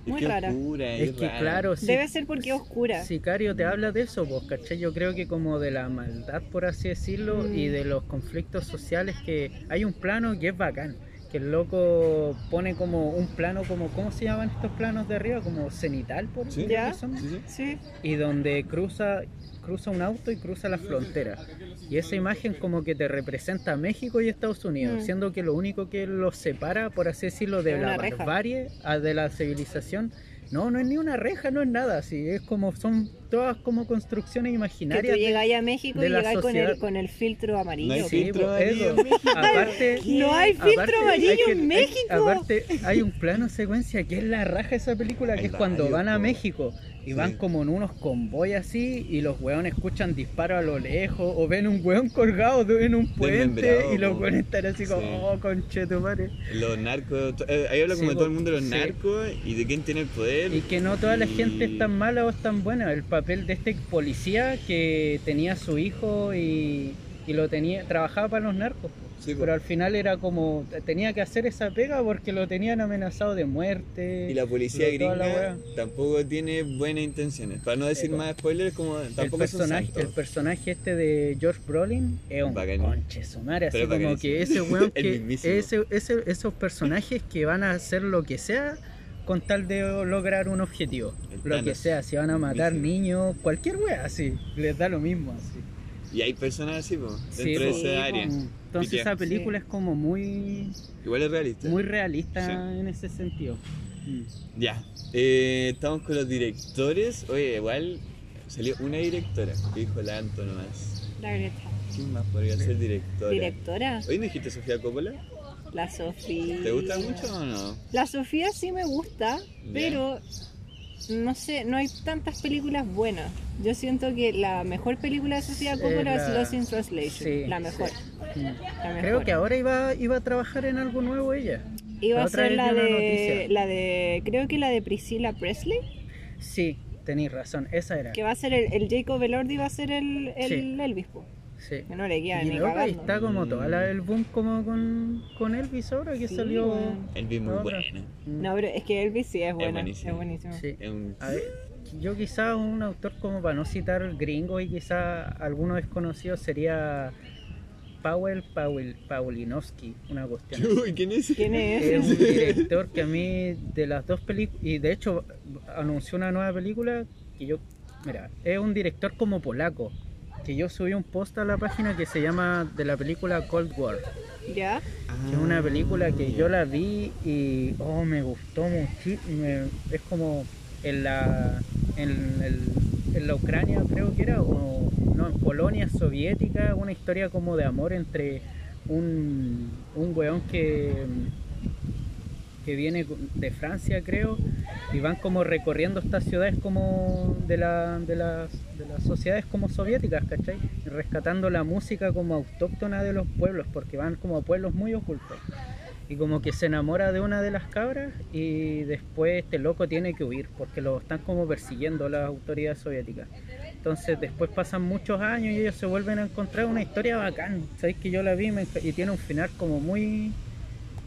S1: Es
S6: Muy
S1: que
S6: rara.
S1: oscura,
S2: Es que
S1: rara.
S2: claro, sí.
S6: Debe ser porque es oscura.
S2: Sicario te habla de eso, pues, ¿cachai? Yo creo que como de la maldad, por así decirlo,
S6: Mm.
S2: y de los conflictos sociales que hay un plano que es bacán, que el loco pone como un plano como, ¿cómo se llaman estos planos de arriba? Como cenital, por
S1: Sí.
S2: creo
S6: Ya.
S2: que son.
S1: Sí, sí.
S6: Sí,
S2: Y donde cruza, cruza un auto y cruza la frontera. Y esa imagen como que te representa a México y Estados Unidos,
S6: Mm.
S2: siendo que lo único que los separa, por así decirlo, de
S6: Es
S2: la
S6: una reja.
S2: barbarie a de la civilización. No, no es ni una reja, no es nada, así es como son todas como construcciones
S6: que tú
S2: imaginarias. de-
S6: llegáis a México
S2: de
S6: y
S2: la
S6: llegáis con
S2: sociedad.
S6: el, con el filtro amarillo.
S1: No hay
S2: Sí,
S1: filtro
S2: pues,
S1: amarillo
S2: eso.
S1: en México.
S2: Aparte,
S6: No hay filtro
S2: Aparte, hay
S6: amarillo
S2: que-
S6: en
S2: hay-
S6: México.
S2: aparte, hay un plano secuencia que es la raja de esa película, que
S1: Hay
S2: es cuando
S1: varios,
S2: van a
S1: po.
S2: México y
S1: Sí.
S2: van como en unos convoy así y los weones escuchan disparos a lo lejos o ven un weón colgado de- en un puente
S1: Desmembrado,
S2: y los
S1: po.
S2: weones están así como,
S1: Sí.
S2: oh, conchetumare.
S1: Los narcos. to- eh, ahí habla como de
S2: Sí,
S1: todo
S2: po.
S1: el mundo de los
S2: Sí.
S1: narcos y de quién tiene el poder.
S2: Y que no toda la gente
S1: Y-
S2: es tan mala o es tan buena. El papel de este policía que tenía a su hijo y, y lo tenía, trabajaba para los narcos. po.
S1: Sí, po.
S2: Pero al final era como, tenía que hacer esa pega porque lo tenían amenazado de muerte.
S1: Y la policía
S2: Pero toda la
S1: gringa
S2: wea.
S1: tampoco tiene buenas intenciones. Para no decir
S2: po.
S1: más spoilers, como
S2: el
S1: tampoco son
S2: personaje, el
S1: santos.
S2: personaje este de George Brolin es un
S1: Bacán.
S2: conche su madre, así
S1: Pero
S2: como
S1: bacanísimo. [LAUGHS]
S2: que ese weón
S1: El
S2: que
S1: mismísimo.
S2: ese- ese- esos personajes que van a hacer lo que sea con tal de lograr un objetivo,
S1: El
S2: lo que
S1: Thanos.
S2: sea, si van a matar
S1: Mismísimo.
S2: niños, cualquier wea así, les da lo mismo así.
S1: Y hay personas así, po, dentro
S2: Sí,
S1: de
S6: po.
S1: esa
S6: Sí, po.
S1: área.
S2: Entonces
S1: Pitea.
S2: esa película es como muy
S1: Igual es realista.
S2: muy realista
S1: Sí.
S2: en ese sentido. Mm.
S1: Ya. Eh, estamos con los directores. Oye, igual salió una directora. que Dijo la Anto nomás.
S6: La Greta.
S1: ¿Quién más podría ser directora?
S6: Directora,
S1: Hoy me dijiste Sofía Coppola.
S6: la Sofía.
S1: ¿Te gusta mucho o no?
S6: La Sofía sí me gusta, pero no sé, no hay tantas películas buenas. Yo siento que la mejor película de Sofía
S2: Es
S6: Coppola es,
S2: la-
S6: Lost in Translation,
S2: Sí,
S6: la mejor.
S2: Mm.
S6: la
S2: Creo
S6: mejor.
S2: que ahora iba iba a trabajar en algo nuevo ella.
S6: iba
S2: la
S6: a
S2: otra
S6: ser
S2: vez
S6: la
S2: vi una
S6: de
S2: noticia.
S6: la de creo que la de Priscilla Presley,
S2: Sí, tenéis razón, esa era.
S6: que va a ser el, el Jacob Elordi va a ser el, el
S2: Sí.
S6: Elvis, po.
S2: Sí.
S6: que no le queda
S2: Y
S6: ni
S2: loca,
S6: cagando.
S2: está como
S1: Mm.
S2: toda la, el boom como con, con Elvis ahora que
S6: Sí,
S2: salió.
S6: weón.
S1: Él vi muy
S2: Ahora.
S1: buena.
S2: Mm.
S6: No, pero es que Elvis sí es buena, es
S1: buenísimo.
S6: buenísimo.
S2: Sí.
S1: Es un-
S2: A ver, yo quizá un autor como para no citar gringo y quizá alguno desconocido sería Powell Powell Paulinowski, una cuestión.
S6: [LAUGHS]
S2: así.
S1: Uy, ¿quién es?
S6: ¿Quién es?
S2: Es un director que a mí de las dos películas y de hecho anunció una nueva película que yo mira, es un director como polaco que yo subí un post a la página que se llama de la película Cold War.
S6: [LAUGHS] ¿Ya?
S1: Ah.
S2: que es una película que yo la vi y oh, me gustó muchísimo. Es como en la, en, el- en la Ucrania, creo que era, o no, en Polonia soviética, una historia como de amor entre un, un weón que, que viene de Francia, creo, y van como recorriendo estas ciudades como de, la, de, las, de las sociedades como soviéticas, ¿cachai? Rescatando la música como autóctona de los pueblos, porque van como a pueblos muy ocultos. Y como que se enamora de una de las cabras y después este loco tiene que huir porque lo están como persiguiendo las autoridades soviéticas. Entonces después pasan muchos años y ellos se vuelven a encontrar una historia bacán. Sabéis que yo la vi y me enc- y tiene un final como muy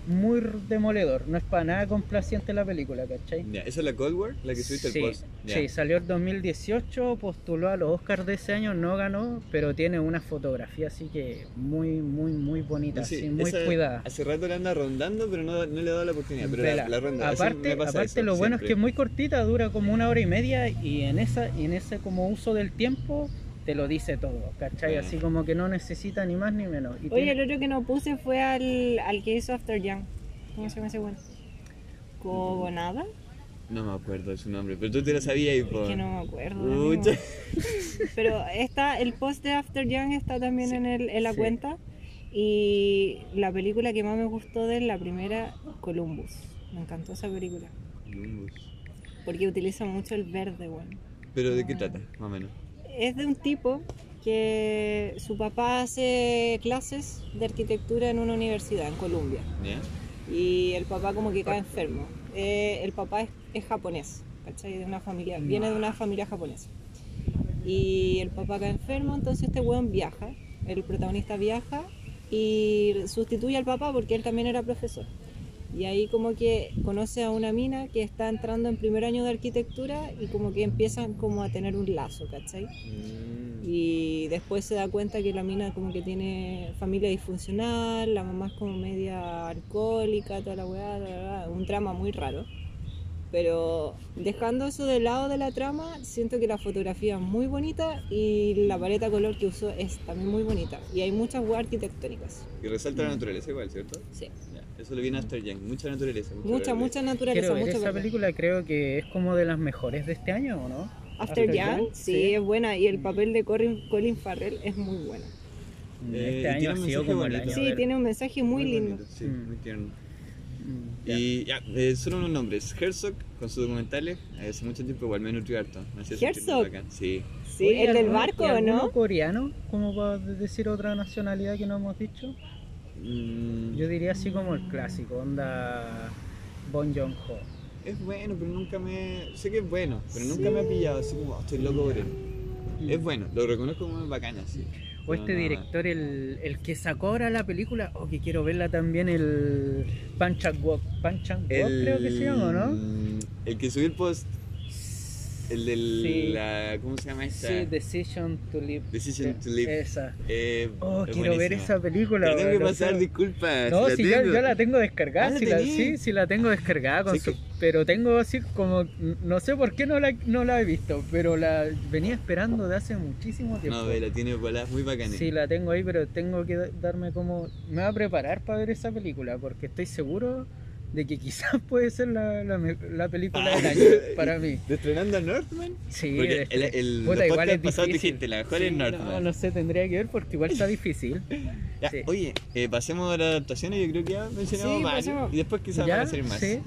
S2: muy demoledor. No es para nada complaciente la película, ¿cachai?
S1: Ya, ¿Esa es la Cold War? La que subiste
S2: Sí,
S1: el post. Ya.
S2: Sí, salió el 2018, postuló a los Oscars de ese año, no ganó, pero tiene una fotografía así que muy, muy, muy bonita,
S1: Ah, Sí,
S2: así, muy
S1: esa
S2: cuidada.
S1: Hace rato la anda rondando, pero no, no le he dado la oportunidad. Pero
S2: Vela.
S1: la, la ronda. así
S2: aparte,
S1: me pasa
S2: aparte
S1: eso
S2: lo bueno es que
S1: siempre.
S2: es muy cortita, dura como una hora y media y en esa y en ese como uso del tiempo te lo dice todo, ¿cachai?
S1: Ah.
S2: Así como que no necesita ni más ni menos. Y
S6: Oye,
S2: tiene-
S6: el otro que no puse fue al, al que hizo After Young. ¿Cómo se llama ese bueno? ¿Cobonada?
S1: No me acuerdo de su nombre, pero tú te lo sabías y por.
S3: que no me acuerdo. amigo.
S1: Pucha.
S3: Pero está, el post de After Young está también
S1: Sí.
S3: en, el, en la
S2: Sí.
S3: cuenta. Y la película que más me gustó de él, la primera, Columbus. Me encantó esa película.
S1: Columbus.
S3: Porque utiliza mucho el verde, bueno.
S1: Pero de qué trata, más o menos.
S3: Es de un tipo que su papá hace clases de arquitectura en una universidad en Colombia.
S1: ¿Ya?
S3: y el papá como que cae enfermo. Eh, el papá es, es japonés, ¿cachai? De una familia, viene de una familia japonesa. Y el papá cae enfermo, entonces este weón viaja, el protagonista viaja y sustituye al papá porque él también era profesor. Y ahí como que conoce a una mina que está entrando en primer año de arquitectura y como que empiezan como a tener un lazo, ¿cachai?
S2: Mm.
S3: Y después se da cuenta que la mina como que tiene familia disfuncional, la mamá es como media alcohólica, toda la weá, la verdad, un trama muy raro. Pero dejando eso de lado de la trama, siento que la fotografía es muy bonita y la paleta color que usó es también muy bonita. Y hay muchas weas arquitectónicas.
S1: Y resalta la naturaleza igual, ¿cierto?
S3: Sí.
S1: Ya, Eso lo viene After Yang, mucha naturaleza.
S3: Mucha, mucha naturaleza,
S2: Quiero ver
S3: mucho
S2: esa
S3: verde.
S2: película, creo que es como de las mejores de este año, ¿o no?
S3: After,
S2: After
S3: Young,
S2: Young,
S3: sí,
S2: sí.
S3: es buena. Y el papel de Corin- Colin Farrell es muy bueno.
S1: Eh,
S2: este
S1: y tiene
S2: año ha
S1: un
S2: sido
S1: mensaje
S2: como el
S1: bonito.
S2: año.
S3: Sí,
S2: del-
S3: tiene un mensaje muy, lindo.
S1: bonito, Sí,
S2: Mm.
S1: muy tierno.
S2: Mm, ya.
S1: Y ya, eh, solo unos nombres. Herzog, con sus documentales, eh, hace mucho tiempo igual me nutrió harto. Me hacía sentir
S3: ¿Herzog?
S1: bacán. Sí.
S3: Sí,
S2: Oye,
S3: el del
S2: ¿alguno-
S3: barco,
S2: y alguno
S3: ¿no?
S2: coreano? Como para decir otra nacionalidad que no hemos dicho.
S1: Mm,
S2: Yo diría así como el clásico, onda Bon Joon-ho.
S1: Es bueno, pero nunca me... Sé que es bueno, pero nunca me ha pillado así como, "Oh, estoy loco por él. Es bueno, lo reconozco como bacana, sí.
S2: Mm. O este
S1: No, no,
S2: director, el, el que sacó ahora la película, o que quiero verla también, el Pan Chang-wook. Pan Chang-wook
S1: El-
S2: creo que se llama, ¿no?
S1: El que subió el post, el del...
S2: Sí.
S1: la- ¿Cómo se llama esta?
S2: Sí, Decision to Live.
S1: Decision to Live.
S2: Esa.
S1: Eh,
S2: Oh,
S1: es
S2: quiero ver
S1: buenísima.
S2: esa película.
S1: La tengo que
S2: weón,
S1: pasar,
S2: lo-
S1: disculpa.
S2: No,
S1: Ah, si
S2: si ya, ya la tengo descargada,
S1: Ah, ¿la
S2: sí, la,
S1: tenés?
S2: sí, sí la tengo descargada, con
S1: Sí, que-
S2: su- pero tengo así como, no sé por qué no la, no la he visto, pero la venía esperando de hace muchísimo tiempo.
S1: No, ve, la tiene voladas muy bacanes.
S2: sí, la tengo ahí, pero tengo que da- darme como, me voy a preparar para ver esa película, porque estoy seguro de que quizás [LAUGHS] puede ser la, la me- la película
S1: [LAUGHS]
S2: del año para mí.
S1: ¿De estrenando a Northman?
S2: Sí,
S1: Ah, Porque
S2: este-
S1: el, el,
S2: puta,
S1: los
S2: igual
S1: podcasts
S2: es
S1: pasados
S2: difícil.
S1: dijiste, la mejor
S2: Sí,
S1: es Northman.
S2: no, no sé, tendría que ver porque
S1: [LAUGHS]
S2: igual está difícil.
S1: Ya,
S2: sí.
S1: Oye, eh, pasemos a las adaptaciones, yo creo que ya mencionamos
S3: Sí,
S1: varias.
S3: pasemos.
S1: Y después quizás
S2: ¿Ya?
S1: van a salir más.
S2: Sí.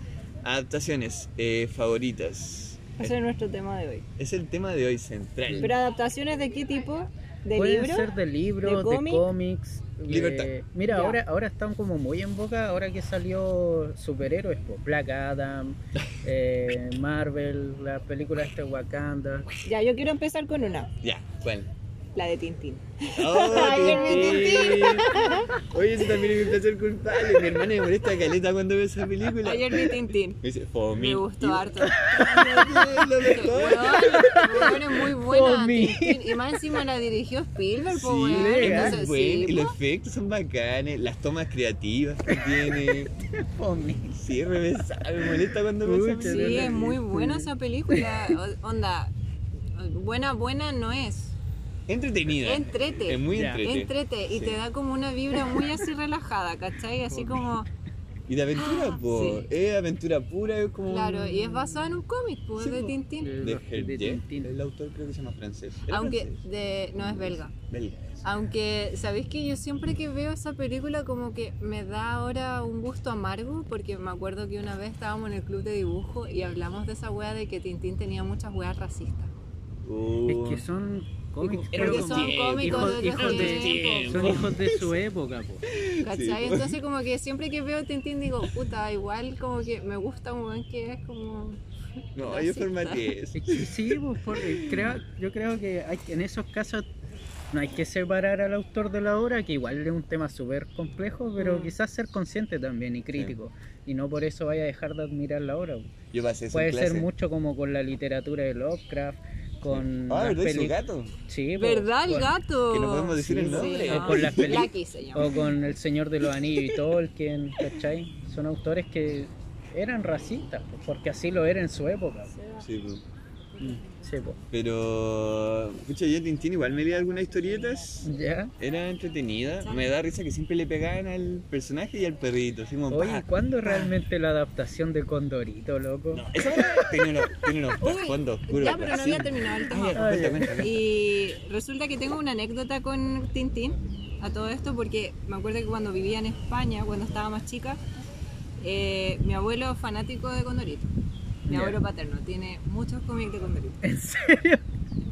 S1: Adaptaciones eh, favoritas.
S3: Ese es nuestro tema de hoy.
S1: Es el tema de hoy central.
S3: ¿Pero adaptaciones de qué tipo? ¿De
S2: Pueden
S3: este libro?
S2: ser de
S3: ¿De
S2: libros, de,
S3: cómic?
S2: cómics. de-
S1: Libertad.
S2: Mira,
S3: Ya.
S2: ahora, ahora están como muy en boca, ahora que salió superhéroes, pues, Black
S1: [LAUGHS]
S2: Adam, eh, Marvel, las películas de Wakanda.
S3: Ya, yo quiero empezar con una,
S1: Ya, ¿cuál?
S3: la de Tintín.
S1: ¡Oh,
S3: Ay,
S1: Tintín! Oye, ese también es mi placer culpable. Mi hermana me molesta caleta cuando ve esa película.
S3: Ayer vi Tintín.
S1: Me dice, Fomi.
S3: Me gustó
S1: Y-
S3: harto.
S1: [LAUGHS] Lo mejor.
S3: Weón, es muy buena.
S2: Tommy.
S3: Tintín. Y más encima la dirigió Spielberg,
S1: Sí,
S3: po, weón.
S1: es
S2: legal,
S3: Entonces,
S1: bueno,
S3: sí,
S1: y
S3: po.
S1: los efectos son bacanes, las tomas creativas que tiene. Sí, revesada, me molesta cuando me
S2: Pucha,
S1: esa
S2: Pero
S3: Sí,
S2: la
S1: película.
S3: es
S2: vi,
S3: muy
S2: sí.
S3: buena esa película. O- Onda, buena, buena no es.
S1: Entretenida.
S3: Entrete.
S1: Es muy
S2: Ya.
S1: entrete.
S3: Entrete. Y
S1: Sí.
S3: te da como una vibra muy así relajada, ¿cachai? Así como,
S1: Y de aventura, po.
S3: Ah, Sí.
S1: Es aventura pura, es como.
S3: claro,
S1: un-
S3: y es basada en un cómic, pues,
S1: Sí,
S3: de
S1: po.
S3: Tintín.
S1: De Hergé,
S2: Eh, Tintín.
S1: el autor creo que se llama francés. ¿Era
S3: Aunque
S1: francés?
S3: de, no es belga. Ah.
S1: Belga.
S3: Aunque, ¿sabéis que yo siempre que veo esa película como que me da ahora un gusto amargo? Porque me acuerdo que una vez estábamos en el club de dibujo y hablamos de esa wea de que Tintín tenía muchas weas racistas.
S1: Uh,
S2: Es que son cómicos,
S1: Era
S2: creo,
S3: Porque
S1: un
S2: como-
S3: son
S1: tiempo,
S3: cómicos
S2: hijos-
S3: de otro
S2: hijos de-
S3: tiempo,
S2: son hijos de su época, pues. po.
S3: ¿cachai?
S1: Sí.
S3: Entonces como que siempre que veo Tintín digo, puta, igual como que me gusta un weón que es como...
S1: No, ellos
S3: racista.
S1: formateé eso.
S2: Es que Sí, pues, por- eh, creo- yo creo que hay que- en esos casos no hay que separar al autor de la obra, que igual es un tema súper complejo, pero
S3: Mm.
S2: quizás ser consciente también y crítico. Y no por eso vaya a dejar de admirar la obra.
S1: Yo pasé eso en
S2: Puede ser
S1: clase.
S2: mucho como con la literatura de Lovecraft, con
S1: Ah,
S2: las
S1: ¿verdad? ¿Y su
S2: peli-
S1: gato?
S2: Sí, pues,
S3: ¿Verdad el
S2: con-
S3: gato?
S1: Que no podemos decir
S2: Sí,
S1: el nombre.
S2: O con las peli-
S3: Lucky se llama.
S2: O con El Señor de los Anillos y Tolkien, ¿cachai? Son autores que eran racistas, pues, porque así lo era en su época.
S1: Sí, po.
S2: Sí, po.
S1: Pero, pucha, yo Tintín igual me leí algunas historietas.
S2: Ya.
S1: Era entretenida. Me da risa que siempre le pegaban al personaje y al perrito. Así como,
S2: Oye,
S1: pa,
S2: ¿cuándo
S3: Ah.
S2: realmente la adaptación de Condorito, loco?
S1: No, esa tiene unos, tiene unos trasfondos oscuros.
S3: ya, pero no había
S1: así.
S3: terminado el
S1: Ah,
S3: tema.
S1: ya, cuenta, cuenta, cuenta.
S3: Y resulta que tengo una anécdota con Tintín a todo esto, porque me acuerdo que cuando vivía en España, cuando estaba más chica, eh, mi abuelo fanático de Condorito. Mi
S2: Ya.
S3: abuelo paterno tiene muchos cómics de Condorito.
S2: ¿En serio?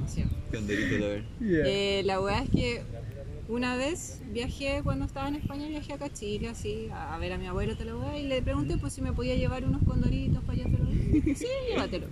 S3: Sí.
S1: Condorito Lover.
S2: Ya.
S3: Eh, la verdad es que una vez viajé, cuando estaba en España, viajé acá a Chile, así, a, a ver a mi abuelo, tal weá, y le pregunté pues, si me podía llevar unos condoritos
S1: [LAUGHS]
S3: para allá. tal weá. Sí, llévatelo.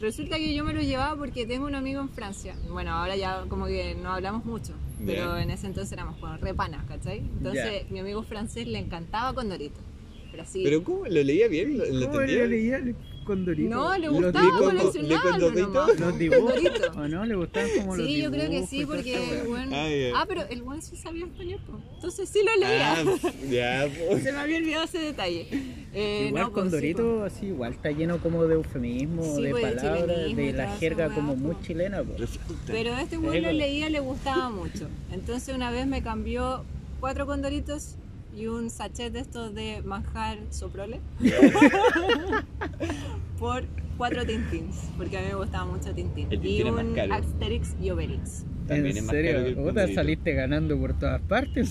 S3: Resulta que yo me los llevaba porque tengo un amigo en Francia. Bueno, ahora ya como que no hablamos mucho, pero
S1: Ya.
S3: en ese entonces éramos como re panas, ¿cachai? Entonces mi amigo francés le encantaba condoritos. Pero así.
S1: Pero ¿cómo? ¿Lo leía bien? ¿Lo, lo
S2: ¿Cómo
S1: entendía?
S2: le leía el Condorito?
S3: no, le
S2: Los
S3: gustaba,
S1: digo-
S2: dibujos-
S1: le cuento
S3: coleccionaba.
S1: Condorito.
S2: Los dibujos.
S3: Condorito.
S2: ¿O no? ¿Le gustaban como los
S3: Sí, yo
S2: dibujos?
S3: creo que sí,
S2: y toda esa
S3: porque
S2: weá?
S3: el weón-
S1: Ah, ya.
S3: Ah, pero el buen sí sabía español, po. entonces sí lo leía. [LAUGHS]
S1: Ah, pf, ya, pues. po.
S3: Se me había olvidado ese detalle. Eh,
S2: Igual
S3: no, pues, sí,
S2: Condorito, así, igual está lleno como de eufemismo,
S3: Sí,
S2: de
S3: pues, de
S2: palabras,
S3: chilenismo
S2: de la
S3: y toda esa
S2: jerga
S3: weá, pues.
S2: como
S3: po.
S2: muy chilena, pues. po.
S3: po.
S1: Reflauta.
S3: Pero
S2: Sí,
S3: este buen lo
S2: pues.
S3: leía, le gustaba mucho. Entonces una vez me cambió cuatro condoritos y un sachet de estos de manjar soprole [LAUGHS] por cuatro tintins, porque a mí me gustaba mucho tintín.
S1: El
S3: Y
S1: Tintín es más
S3: un
S1: caro.
S3: Asterix y Obelix.
S1: También es
S2: en
S1: más caro que el
S2: serio, puta,
S1: Condorito.
S2: saliste ganando por todas partes.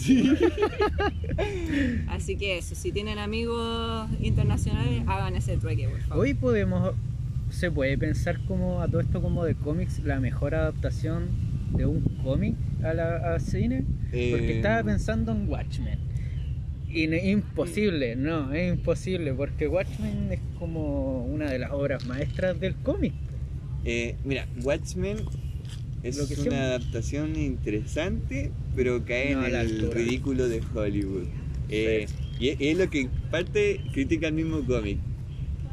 S3: Así que eso, si tienen amigos internacionales, hagan ese trueque, por favor.
S2: Hoy podemos, se puede pensar como a todo esto como de cómics, la mejor adaptación de un cómic a la a cine, porque
S1: Eh,
S2: estaba pensando en Watchmen. Y no- imposible, no, es imposible, porque Watchmen es como una de las obras maestras del
S1: [LAUGHS]
S2: cómic.
S1: eh, mira, Watchmen es
S2: Lo que
S1: una
S2: siempre-
S1: adaptación interesante, pero cae
S2: No, a
S1: en
S2: la
S1: el
S2: altura.
S1: ridículo de Hollywood. Eh, Y es, es lo que en parte critica el mismo cómic.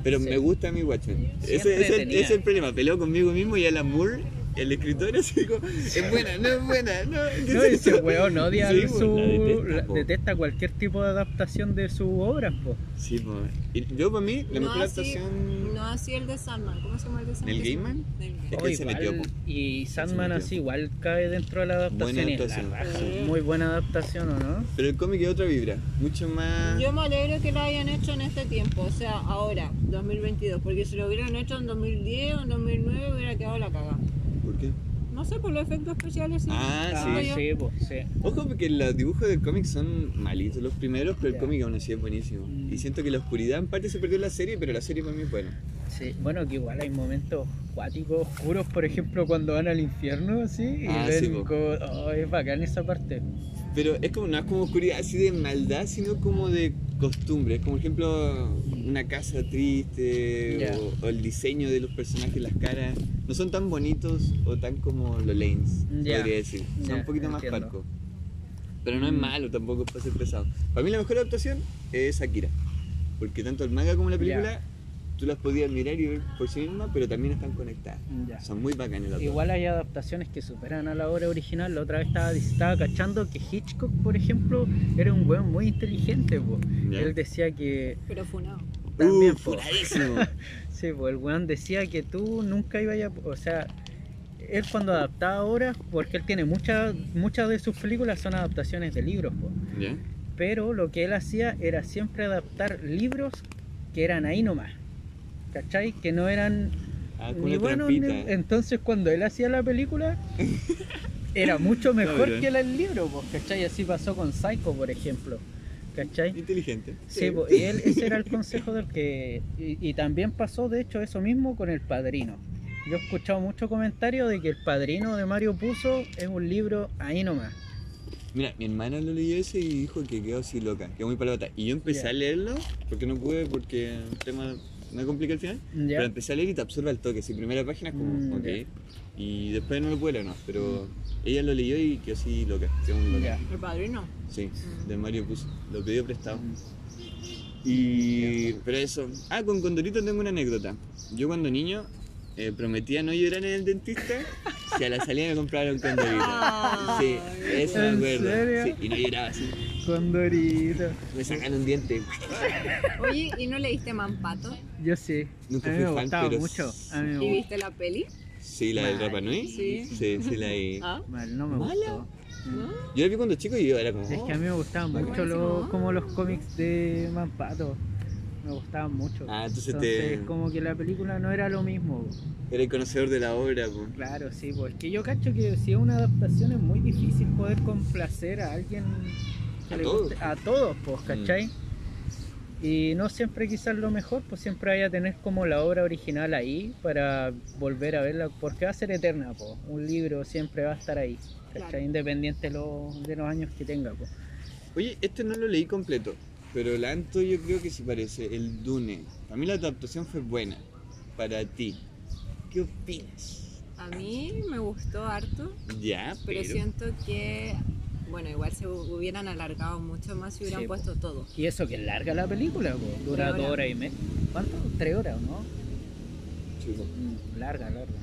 S1: Pero
S2: Sí.
S1: me gusta mi Watchmen. Ese- Ese, es el-
S2: tenía.
S1: es el problema. Peleo conmigo mismo y Alan Moore, el escritor, [LAUGHS] así digo, es buena, no es buena, no. ¿qué
S2: No,
S1: es
S2: ese
S1: esto?"
S2: weón odia
S1: Sí, pues,
S2: su.
S1: la detesta,
S2: la-
S1: po.
S2: detesta cualquier tipo de adaptación de sus obras, po.
S1: Sí, po. Y yo para mí, la mejor
S3: así,
S1: adaptación.
S3: no así el de Sandman. ¿Cómo se llama el de Sandman?
S1: ¿El Gaiman?
S3: Del
S1: Es
S3: Gaiman.
S1: que
S2: Oh,
S1: él se metió, po.
S2: Y Sandman
S1: metió.
S2: así igual cae dentro de la adaptación.
S1: Buena
S2: es la
S1: adaptación.
S2: raja,
S3: Sí.
S2: Muy buena adaptación, ¿o no?
S1: Pero el cómic es otra vibra, mucho más.
S3: Yo me alegro que lo hayan hecho en este tiempo, o sea, ahora, 2022, porque si lo hubieran hecho en 2010 o en 2009 hubiera quedado la cagada.
S1: ¿Por qué?
S3: No sé, por los efectos especiales. sí.
S1: Ah,
S2: Ah,
S1: sí.
S3: yo.
S2: sí, po, sí.
S1: Ojo, porque los dibujos del cómic son malitos los primeros, pero el
S2: Ya.
S1: cómic aún así es buenísimo.
S2: Mm.
S1: Y siento que la oscuridad en parte se perdió en la serie, pero la serie para mí es buena.
S2: Sí, bueno, que igual hay momentos cuáticos, oscuros, por ejemplo, cuando van al infierno, así, y
S1: Ah,
S2: ven
S1: sí, po.
S2: como- oh, es bacán esa parte.
S1: Pero es como, no es como oscuridad así de maldad, sino como de costumbre. Es como, por ejemplo, una casa triste
S2: Ya.
S1: o, o el diseño de los personajes, las caras. No son tan bonitos o tan como los lanes,
S2: Ya.
S1: podría decir. Son
S2: Ya,
S1: un poquito más
S2: entiendo. Mm.
S1: parcos. Pero no es malo, tampoco es para ser pesado. Para mí la mejor adaptación es Akira. Porque tanto el manga como la
S2: Ya.
S1: película, tú las podías mirar y ver por sí misma, pero también están conectadas.
S2: Ya.
S1: Son muy bacanas las dos.
S2: Igual hay adaptaciones que superan a la obra original. La otra vez estaba, estaba cachando que Hitchcock, por ejemplo, era un weón muy inteligente. po.
S1: Ya.
S2: Él decía que.
S3: Pero funado.
S2: También,
S1: Uh,
S2: po.
S1: furadísimo.
S2: Sí, po, el weón decía que tú nunca ibas a. O sea, él cuando adaptaba obras, porque él tiene muchas muchas de sus películas son adaptaciones de libros. po.
S1: ¿Ya?
S2: Pero lo que él hacía era siempre adaptar libros que eran ahí nomás. ¿Cachai? Que no eran
S1: Ah, con
S2: Ni
S1: una
S2: bueno, ni-
S1: trampita.
S2: Entonces cuando él hacía
S1: [LAUGHS]
S2: la película era mucho mejor
S1: Cabrón.
S2: que la del libro, pues, ¿cachai? Así pasó con Psycho, por ejemplo. ¿Cachai?
S1: Inteligente.
S2: Sí, po, y él, ese era el consejo del que... Y, y también pasó, de hecho, eso mismo con El Padrino. Yo he escuchado muchos comentarios de que El Padrino de Mario Puzo es un libro ahí nomás.
S1: Mira, mi hermana lo leyó ese y dijo que quedó así loca, quedó muy palota. Y yo empecé
S2: Ya.
S1: a leerlo, porque no pude, porque el tema me complica al final.
S2: ¿Ya?
S1: Pero empecé a leer y te absorbe al toque. Si primera página es como,
S2: Mm,
S1: ok.
S2: ya.
S1: Y después no lo pude leer, no. Pero ella lo leyó y quedó así loca, quedó muy loca.
S2: Ya.
S3: El padrino.
S1: Sí,
S3: Mm.
S1: de Mario Puzo. Lo pidió prestado.
S2: Mm.
S1: Y. Pero eso. Ah, con Condorito tengo una anécdota. Yo cuando niño eh, prometía no llorar en el dentista si a la salida me compraron Condorito. Sí, eso me
S2: Ah. ¿En
S1: acuerdo.
S2: serio?
S1: Sí, y no lloraba así.
S2: Condorito.
S1: Me sacan un diente.
S3: Oye, ¿y no leíste Mampato?
S2: Yo sí.
S1: Nunca
S2: a mí
S1: fui
S2: me
S1: fan,
S2: gustaba
S1: pero
S2: mucho. A mí me
S3: ¿Y
S2: gustaba.
S3: viste la peli?
S1: Sí, la del
S2: Mal.
S1: Rapa Nui.
S3: Sí.
S1: Sí, sí, la de...
S3: ¿Ah?
S2: Mal, no me
S1: ¿Mala?
S2: gustó.
S3: ¿No?
S1: Yo la vi cuando chico y yo era como...
S2: Es que a mí me gustaban
S3: Muy
S2: mucho
S3: buenísimo.
S2: los, como los cómics de Mampato. Me gustaban mucho.
S1: Ah, entonces te-
S2: como que la película no era lo mismo.
S1: "Oh, Era el conocedor de la obra, po.
S2: Claro, sí, pues es que yo cacho que si es una adaptación es muy difícil poder complacer a alguien que
S1: A
S2: le
S1: todos. Mm.
S2: guste- a todos, pues, ¿cachai? Y no siempre quizás lo mejor, pues siempre vaya a tener como la obra original ahí para volver a verla, porque va a ser eterna, pues, un libro siempre va a estar ahí, ¿cachai?
S3: Claro.
S2: Independiente lo- de los años que tenga, pues.
S1: Oye, este no lo leí completo, pero el Anto yo creo que sí parece, el Dune. Para mí la adaptación fue buena, para ti. ¿Qué opinas?
S3: A mí me gustó harto,
S1: Ya, pero...
S3: pero siento que, bueno, igual se hu- hubieran alargado mucho más si hubieran
S2: Sí, po.
S3: puesto todo.
S2: Y eso que es larga la película, pues, dura
S3: Tres
S2: dos
S3: horas.
S2: horas y media. ¿Cuánto? ¿Tres horas, no?
S1: Chuta.
S2: Mm, larga, larga.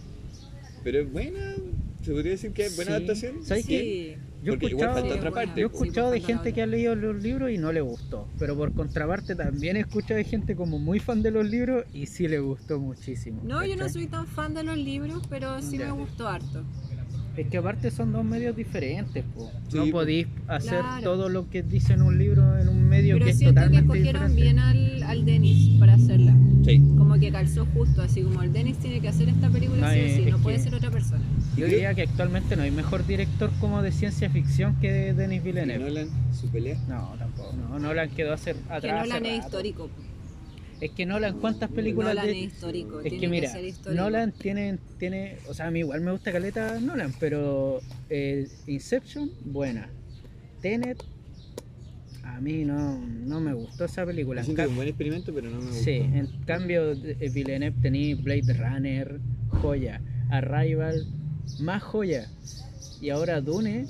S1: Pero es buena, se podría decir que es buena
S2: Sí.
S1: adaptación.
S2: ¿Sabes
S3: sí,
S2: qué? Yo
S1: Porque igual
S2: escuchaba-
S1: falta otra
S3: Sí,
S1: parte.
S2: Yo he
S1: po.
S3: Sí,
S2: escuchado
S3: pues,
S2: de
S3: falta la
S2: gente
S3: otra.
S2: que ha leído los libros y no le gustó, pero por contraparte también he escuchado de gente como muy fan de los libros y sí le gustó muchísimo.
S3: No, yo no
S2: ¿cachai?
S3: soy tan fan de los libros, pero sí
S2: Ya.
S3: me gustó harto.
S2: Es que aparte son dos medios diferentes, po.
S1: Sí,
S2: no
S1: po.
S2: podéis hacer
S3: Claro.
S2: todo lo que dice en un libro en un medio
S3: Pero
S2: que es
S3: siento que
S2: totalmente
S3: escogieron
S2: diferente.
S3: bien al, al Dennis para hacerla.
S1: Sí.
S3: Como que calzó justo, así como el Dennis tiene que hacer esta película,
S2: No,
S3: sí
S2: eh,
S3: o sí,
S2: es
S3: no puede
S2: que-
S3: ser otra persona.
S2: Yo diría que actualmente no hay mejor director como de ciencia ficción que Denis
S1: Y
S2: Villeneuve.
S1: Nolan, su pelea.
S2: No, tampoco. No, Nolan quedó hacer
S3: Que
S2: atrás.
S3: no
S2: hace
S3: la es
S2: rato.
S3: histórico. po.
S2: Es que Nolan, ¿cuántas películas
S3: Nolan
S2: de,
S3: es histórico,
S2: Es
S3: tiene
S2: que mira,
S3: ser histórico.
S2: Nolan tiene, tiene, o sea, a mí igual me gusta Caleta Nolan, pero eh, Inception, buena. Tenet, a mí no, no me gustó esa película.
S1: Yo
S2: En
S1: siento que
S2: ca-
S1: es un buen experimento, pero no me gustó.
S2: sí, en cambio de- Villeneuve tenía Blade Runner, joya, Arrival, más joya. Y ahora Dune,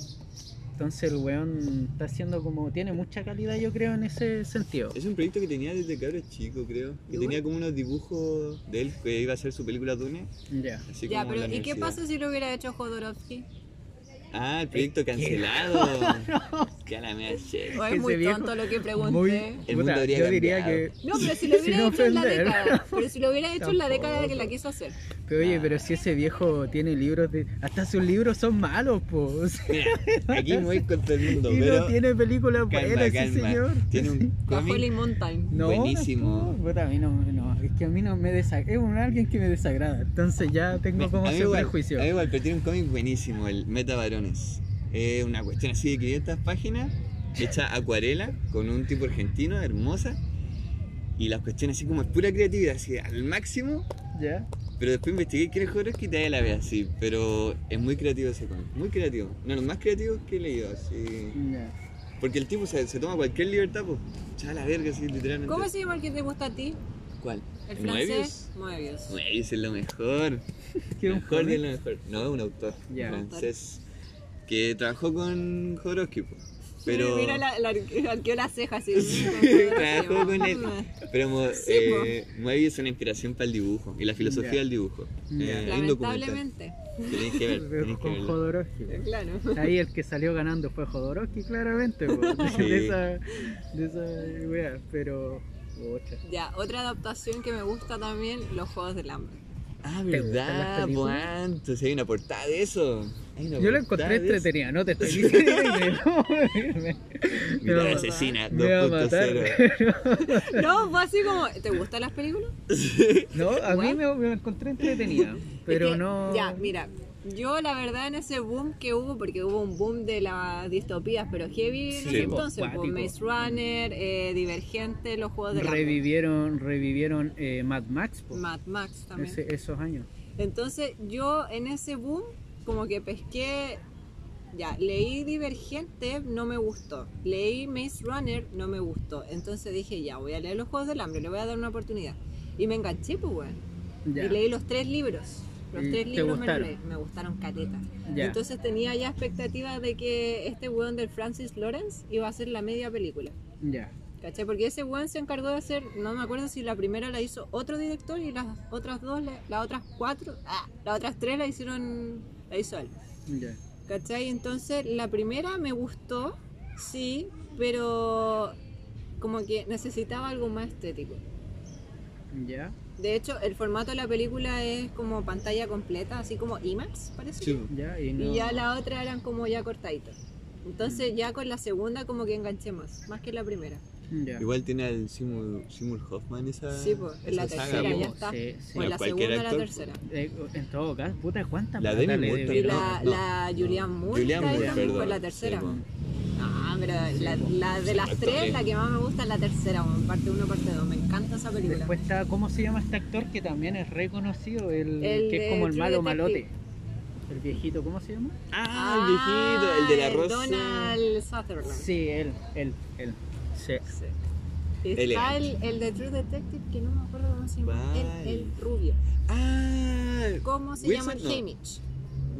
S2: entonces el weón está haciendo como, tiene mucha calidad yo creo en ese sentido.
S1: Es un proyecto que tenía desde que era chico, creo. Que tenía como unos dibujos de él que iba a hacer su película Dune.
S2: Ya.
S1: Así
S3: Ya,
S1: como en
S3: pero
S1: la
S3: ¿y qué
S1: universidad.
S3: pasa si lo hubiera
S2: [LAUGHS]
S3: hecho Jodorowsky?
S1: Ah, el proyecto cancelado. que a la mierda, che.
S3: O es
S2: Ese
S3: muy
S2: viejo,
S3: tonto lo que pregunté.
S2: Muy, [LAUGHS]
S1: El mundo
S2: puta,
S1: habría
S2: yo diría
S1: cambiado.
S2: que
S3: No, pero si lo hubiera
S2: Sin
S3: hecho en la
S2: ofender.
S3: década. Pero si lo hubiera hecho en la década que la
S2: Tampoco.
S3: quiso hacer.
S2: Pero oye, pero si ese viejo tiene libros de. Hasta sus libros son malos, [LAUGHS] pues.
S1: Aquí me voy contra el mundo,
S2: Y
S1: pero.
S2: no tiene películas
S1: Calma,
S2: buenas, ese
S1: calma.
S2: señor.
S1: Tiene un
S3: Bajo el
S1: cómic.
S3: Limón Time.
S2: [LAUGHS] No,
S1: Buenísimo.
S2: no, puta, a mí no, no, es que a mí no me desagrada. Es un alguien que me desagrada. Entonces ya tengo como
S1: A mí
S2: ese
S1: igual,
S2: prejuicio.
S1: a mí igual, pero tiene un cómic buenísimo, el Meta Varones. Eh, una cuestión así de 500 páginas, hecha acuarela, con un tipo argentino, hermosa. Y las cuestiones así como es pura creatividad, así al máximo.
S2: Ya.
S1: Pero después investigué quién es Jodorowsky y todavía la veo así. Pero es muy creativo ese cómic, muy creativo. Uno de los más creativos que he leído, así.
S2: ya.
S1: Porque el tipo se, se toma cualquier libertad, pues. Ya la verga, así, literalmente.
S3: ¿Cómo se llama el que te gusta a ti?
S1: ¿Cuál?
S3: El
S1: ¿Moebius?
S3: francés. Moebius.
S1: Moebius es lo mejor.
S2: ¿Qué es un
S1: mejor de
S2: cómic?
S1: lo mejor. No, es un autor
S2: Ya.
S1: francés que trabajó con Jodorowsky, po. pero
S3: Mira, la, la, arqueó las cejas. así.
S1: [LAUGHS] trabajó con él.
S3: [LAUGHS]
S1: Pero Mo-
S3: Sí,
S1: eh, Moebius es una inspiración para el dibujo y la filosofía
S2: Ya.
S1: del dibujo.
S2: Ya.
S1: Eh, hay un documental.
S3: Lamentablemente.
S1: Tenéis que ver, tenéis que
S2: Con
S1: verlo.
S2: Jodorowsky.
S3: Claro.
S2: Ahí el que salió ganando fue Jodorowsky, claramente, po, [LAUGHS] de,
S1: Sí.
S2: de esa, de esa wea, pero. pucha.
S3: Ya, otra adaptación que me gusta también, Los Juegos del Hambre.
S1: Ah,
S2: ¿Te gustan las
S1: verdad,
S2: películas?
S1: Puanto, si hay una portada de eso. Hay una
S2: Yo la
S1: portada
S2: encontré
S1: de eso.
S2: entretenida, no te estoy diciendo que no. [LAUGHS] me- me va
S1: Mirada
S2: a-
S1: asesina
S2: me va a matar.
S1: 2.0.
S3: No, fue así como, ¿te gustan las películas? [LAUGHS]
S2: No, a mí
S3: What?
S2: me, me la encontré entretenida,
S3: [LAUGHS] Es
S2: pero
S3: que,
S2: no.
S3: Ya, mira, yo la verdad en ese boom que hubo, porque hubo un boom de las distopías, pero heavy en
S1: Sí,
S3: ese
S1: po,
S3: entonces, po,
S2: cuático.
S3: Maze Runner, eh, Divergente, los juegos de la
S2: Revivieron, revivieron eh, Mad Max po,
S3: Mad Max también.
S2: ese- esos años.
S3: Entonces yo en ese boom como que pesqué, ya, leí Divergente, no me gustó, leí Maze Runner, no me gustó, entonces dije, ya, voy a leer los Juegos del Hambre, le voy a dar una oportunidad. Y me enganché, pues, weón.
S2: Ya.
S3: Y leí los tres libros. Los
S2: ¿Y
S3: tres
S2: te
S3: libros me, los
S2: gustaron?
S3: leí. me gustaron caleta.
S2: Ya.
S3: Entonces tenía ya expectativas de que este weón del Francis Lawrence iba a hacer la media película.
S2: ya.
S3: ¿Cachai? Porque ese weón se encargó de hacer, no me acuerdo si la primera la hizo otro director y las otras dos, la- las otras cuatro, ah, las otras tres la hicieron, la hizo él.
S2: Ya.
S3: ¿Cachai? Entonces la primera me gustó, Sí, pero como que necesitaba algo más estético.
S2: Ya,
S3: De hecho, el formato de la película es como pantalla completa, así como IMAX,
S2: [LAUGHS]
S3: parece.
S1: Sí,
S2: ya, y no.
S3: Y ya la otra eran como ya cortaditos. Entonces ya con la segunda como que enganché más, más que la primera.
S2: ya.
S1: Igual tiene al Simul, Simul Hoffman esa.
S3: Sí, pues,
S1: esa
S3: la
S1: saga,
S3: tercera
S1: po.
S3: ya
S2: po.
S3: está.
S2: Sí, sí.
S3: O
S1: No,
S3: la
S1: cualquier
S3: segunda o la
S1: actor,
S3: tercera.
S2: Eh, en todo caso, puta, ¿cuánta
S1: La
S2: plata
S1: Demi
S2: le
S1: Moore
S3: Y
S2: debieron?
S1: también.
S3: la,
S1: no.
S3: la Julianne Moore,
S1: Julian
S3: creo,
S1: Moore,
S3: también
S1: perdón.
S3: fue la tercera.
S1: Sí, po.
S3: Ah, pero la, la de las
S1: Exacto, sí.
S3: tres, la que más me gusta es la tercera, weón, parte 1, parte 2. Me encanta esa película.
S2: Después está, ¿cómo se llama este actor que también es reconocido? El,
S3: El
S2: que
S3: de
S2: es como el
S3: True
S2: malo malote.
S3: Detective.
S2: El viejito, ¿cómo se llama?
S1: Ah, el viejito, el de la rosa.
S3: Donald Sutherland.
S2: Sí, él, él, él. Sí.
S3: Sí. Está
S1: Elegante.
S3: el, el de True Detective, que no me acuerdo cómo se llama. El,
S1: Vale.
S3: el rubio.
S1: Ah,
S3: ¿Cómo se
S1: Wilson,
S3: llama?
S1: no.
S3: Hamish.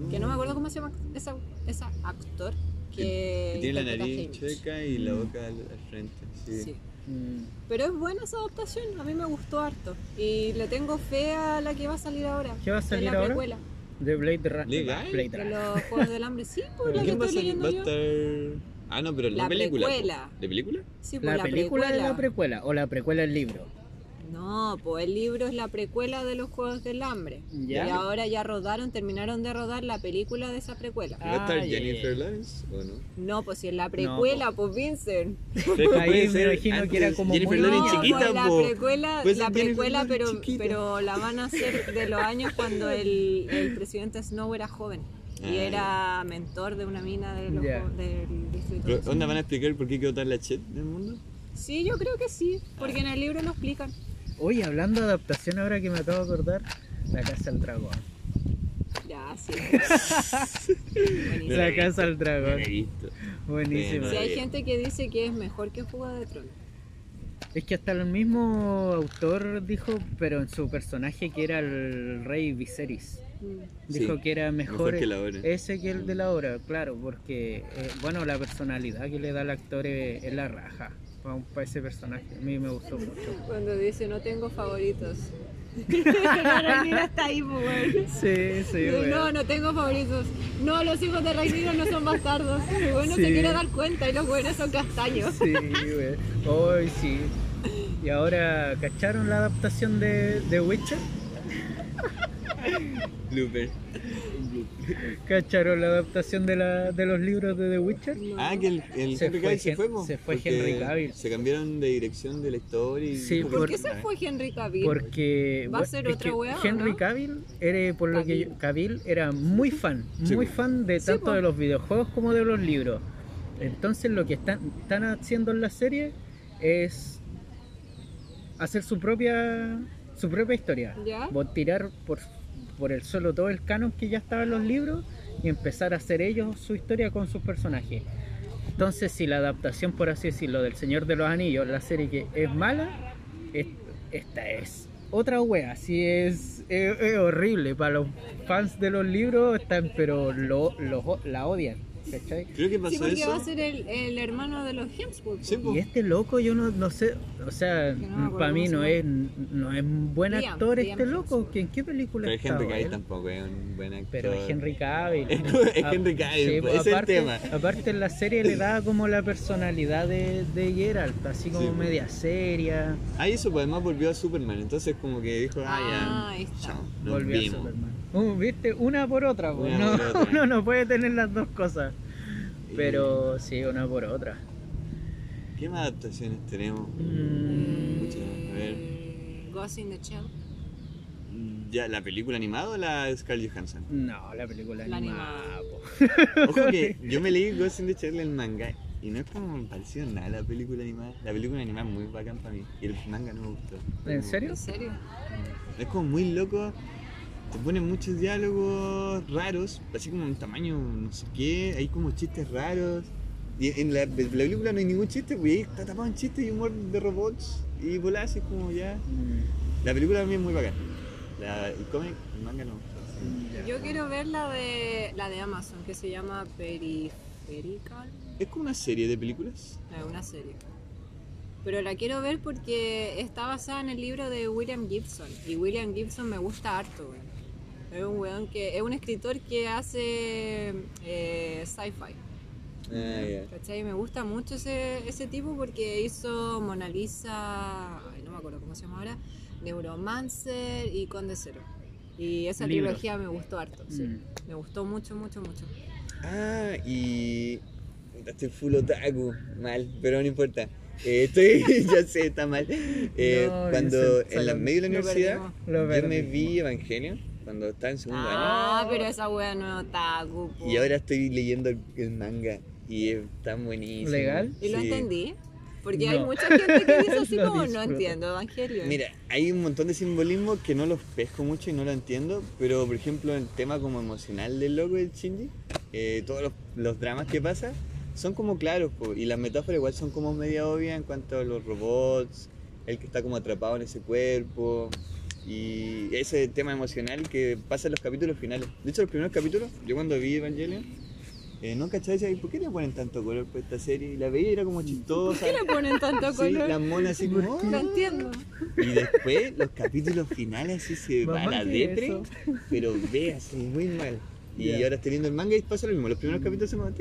S3: Que no me acuerdo cómo se llama esa, esa actor que,
S1: Que tiene la
S3: interpreta a
S1: nariz
S3: Hamish.
S1: chueca y la boca al, al frente. Sí.
S3: Sí.
S2: Mm,
S3: Pero es buena esa adaptación, a mí me gustó harto. Y le tengo fe a la que va a salir ahora.
S2: ¿Qué va a
S3: que es
S2: salir
S3: la
S2: ahora?
S3: precuela
S2: De Blade Runner.
S1: Legal.
S2: Blade
S3: de
S2: Runner.
S3: los Juegos del Hambre. Sí, por la que
S1: ¿Quién va a
S3: estoy
S1: salir?
S3: leyendo
S1: Va a
S3: yo.
S1: estar. Ah, no, pero en la,
S3: La
S1: película. po.
S3: precuela.
S1: ¿De película?
S3: Sí, por
S2: La,
S3: la,
S2: película es la precuela o la precuela del libro.
S3: No, pues el libro es la precuela de los Juegos del Hambre.
S2: Ya.
S3: Y ahora ya rodaron, terminaron de rodar la película de esa precuela.
S1: ¿Va a estar
S2: Ah, ya,
S1: Jennifer
S2: ya,
S1: Lawrence o no?
S3: No, pues si es la precuela, pues Vincent.
S2: Ahí
S1: Puede
S2: me
S1: ser
S2: imagino que
S1: antes
S2: era como
S1: Jennifer
S2: muy-
S1: Lawrence
S3: No,
S1: chiquita,
S3: pues la
S1: po.
S3: precuela,
S1: Pues
S3: la
S1: Jennifer
S3: precuela
S1: Lawrence
S3: pero,
S1: chiquita.
S3: pero la van a hacer de los años cuando el, el presidente Snow era joven y
S1: Ah,
S3: era mentor de una mina de los
S2: Ya.
S3: jo- del distrito.
S1: Pero, ¿Onda van a explicar por qué quedó tan la chet del mundo?
S3: Sí, yo creo que sí, porque en el libro lo explican.
S2: Oye, hablando de adaptación ahora que me acabo de acordar, La Casa del Dragón.
S3: Ya, sí.
S1: [LAUGHS]
S2: La
S3: Buenísimo.
S2: Casa del
S1: No
S2: Dragón.
S1: la he visto.
S2: Buenísima.
S3: Si hay gente que dice que es mejor que Juego de Tronos.
S2: Es que hasta el mismo autor dijo, pero en su personaje que era el rey Viserys.
S3: Mm.
S2: Dijo
S1: Sí,
S2: que era mejor,
S1: mejor que la obra.
S2: ese que el de la obra, claro, porque eh, bueno, la personalidad que le da al actor es, es la raja para ese personaje. A mí me gustó mucho.
S3: Cuando dice no tengo favoritos. la Rainira está ahí, pues, weón.
S2: Sí, sí,
S3: Dice, No, no tengo favoritos. No, los hijos de Rainira no son bastardos. El bueno
S2: Sí.
S3: se quiere dar cuenta y los buenos son [LAUGHS] castaños.
S2: Sí, güey. Hoy sí. Y ahora, ¿cacharon la adaptación de, de Witcher?
S1: Blooper.
S2: ¿Cacharon la adaptación de, la, de los libros de The Witcher?
S1: Ah, que el, el
S2: Se
S1: Henry
S2: fue
S1: Cavill se
S2: Hen-
S1: fue, po,
S2: se fue
S1: porque
S2: Henry Cavill.
S1: Se cambiaron de dirección de la historia y.
S2: Sí,
S1: dijo que-
S3: ¿Por qué se fue Henry Cavill?
S2: Porque
S3: ¿Va a
S2: bueno,
S3: ser
S2: es
S3: otra
S2: que
S3: weá, o
S2: Henry
S3: no?
S2: Cavill, era, por lo que yo- Cavill era muy fan,
S1: Sí,
S2: muy
S1: po.
S2: fan de
S3: Sí,
S2: tanto
S3: po.
S2: de los videojuegos como de los libros. Entonces lo que están, están haciendo en la serie es hacer su propia su propia historia.
S3: ¿Ya?
S2: Bo- Tirar por, por el suelo todo el canon que ya estaba en los libros y empezar a hacer ellos su historia con sus personajes. Entonces, si la adaptación, por así decirlo, del Señor de los Anillos, la serie que es mala, es- esta es otra wea. Así es, es, es horrible. Para los fans de los libros, están, pero lo, lo- la odian. ¿cachai?
S1: Creo que
S3: Sí,
S1: pasó
S3: porque va a
S1: eso.
S3: ser el, el hermano de los Hemsworth. pues.
S1: Sí, pues. po.
S2: Y este loco, yo no, no sé, o sea,
S3: Que no me acuerdo
S2: para mí
S3: cómo
S2: no
S3: se
S2: es, no es un buen
S3: Liam,
S2: actor
S3: Liam
S2: este loco.
S3: Hemsworth.
S2: ¿que ¿En qué película
S1: Pero
S2: estaba
S1: Henry Cavill
S2: él?
S1: tampoco es un buen actor.
S2: Pero es Henry Cavill.
S1: [LAUGHS] Es como- es
S2: Ah,
S1: Henry Cavill,
S2: sí,
S1: pues, ese es el
S2: aparte,
S1: tema.
S2: Aparte en la serie le daba como la personalidad de, de Geralt, así como
S1: Sí, pues.
S2: media seria.
S1: Ah, y eso, pues además volvió a Superman. Entonces, como que dijo,
S3: Ah,
S1: ah,
S3: ahí
S1: ya.
S3: está.
S1: Chao, nos
S2: volvió a
S1: vimos.
S2: Superman. Uh, Viste, una por otra, pues,
S1: Una
S2: no,
S1: por otra.
S2: [LAUGHS] uno no puede tener las dos cosas. Pero sí, una por otra.
S1: ¿Qué más adaptaciones tenemos?
S2: Mm,
S1: Muchas, a ver.
S3: Ghost in the Shell.
S1: ¿Ya la película animada o la de Scarlett Johansson?
S2: no, la película
S3: La
S2: animada.
S3: animada.
S2: po.
S1: Ojo
S2: [LAUGHS]
S1: que yo me leí Ghost in the Shell el manga y no es como parecido nada a la película animada. La película animada es muy bacán para mí y el manga no me gustó.
S2: ¿En
S1: Como-
S2: serio?
S3: ¿En serio?
S1: Es como muy loco. Te ponen muchos diálogos raros, así como un tamaño no sé qué, hay como chistes raros. Y en la, la película no hay ningún chiste, porque ahí está tapado en chistes y humor de robots y bolas, es como ya.
S2: Mm,
S1: La película también es muy bacán. La- el cómic, el manga no.
S2: ya.
S3: Yo quiero ver la de, la de Amazon, que se llama Periferical.
S1: Es como una serie de películas.
S3: No, una serie. Pero la quiero ver porque está basada en el libro de William Gibson. Y William Gibson me gusta harto, weón. Es un weón que. Es un escritor que hace eh, sci-fi.
S1: Ah, ya.
S3: ¿Cachai? Me gusta mucho ese, ese tipo porque hizo Mona Lisa, ay, no me acuerdo cómo se llama ahora, Neuromancer y Conde Cero. Y esa
S2: Libros.
S3: trilogía me gustó harto, sí.
S2: Mm.
S3: Me gustó mucho, mucho, mucho.
S1: Ah, y. Estoy full otaku, mal, pero no importa. Eh, estoy, [LAUGHS] ya sé, está mal. Eh,
S2: No,
S1: cuando
S2: Vincent,
S1: en la
S2: sácalo.
S1: medio de la
S3: Lo
S1: universidad,
S3: perdimos.
S2: Lo
S1: yo me
S2: perdimos.
S1: vi Evangelio cuando estaba en segundo
S3: Ah, pero esa wea no es otaku. po.
S1: año. Y ahora estoy leyendo el, el manga y es tan buenísimo.
S2: ¿Legal?
S3: ¿Y lo
S1: Sí.
S3: entendí? Porque hay
S2: No.
S3: mucha gente que dice
S1: [LAUGHS]
S3: así
S2: Lo
S3: como, no
S2: disfruto.
S3: entiendo, Evangelio.
S1: Mira, hay un montón de simbolismos que no los pesco mucho y no lo entiendo, pero por ejemplo el tema como emocional del loco del Shinji, eh, todos los, los dramas que pasa son como claros po, y las metáforas igual son como media obvias en cuanto a los robots, el que está como atrapado en ese cuerpo y ese tema emocional que pasa en los capítulos finales. De hecho los primeros capítulos, yo cuando vi Evangelion, eh, no cachaba, decía, "¿Y ¿por qué le ponen tanto color por esta serie? Y la veía y era como chistosa.
S3: ¿Por qué le ponen tanto
S1: Sí,
S3: color?
S1: la mona así como...
S3: No
S1: "Oh".
S3: entiendo.
S1: Y después los capítulos finales así se va
S2: Mamá,
S1: a la
S2: ¿qué es
S1: depre,
S2: eso?
S1: pero ve así muy mal. Y
S2: Ya.
S1: ahora estoy viendo el manga y pasa lo mismo, los primeros capítulos se van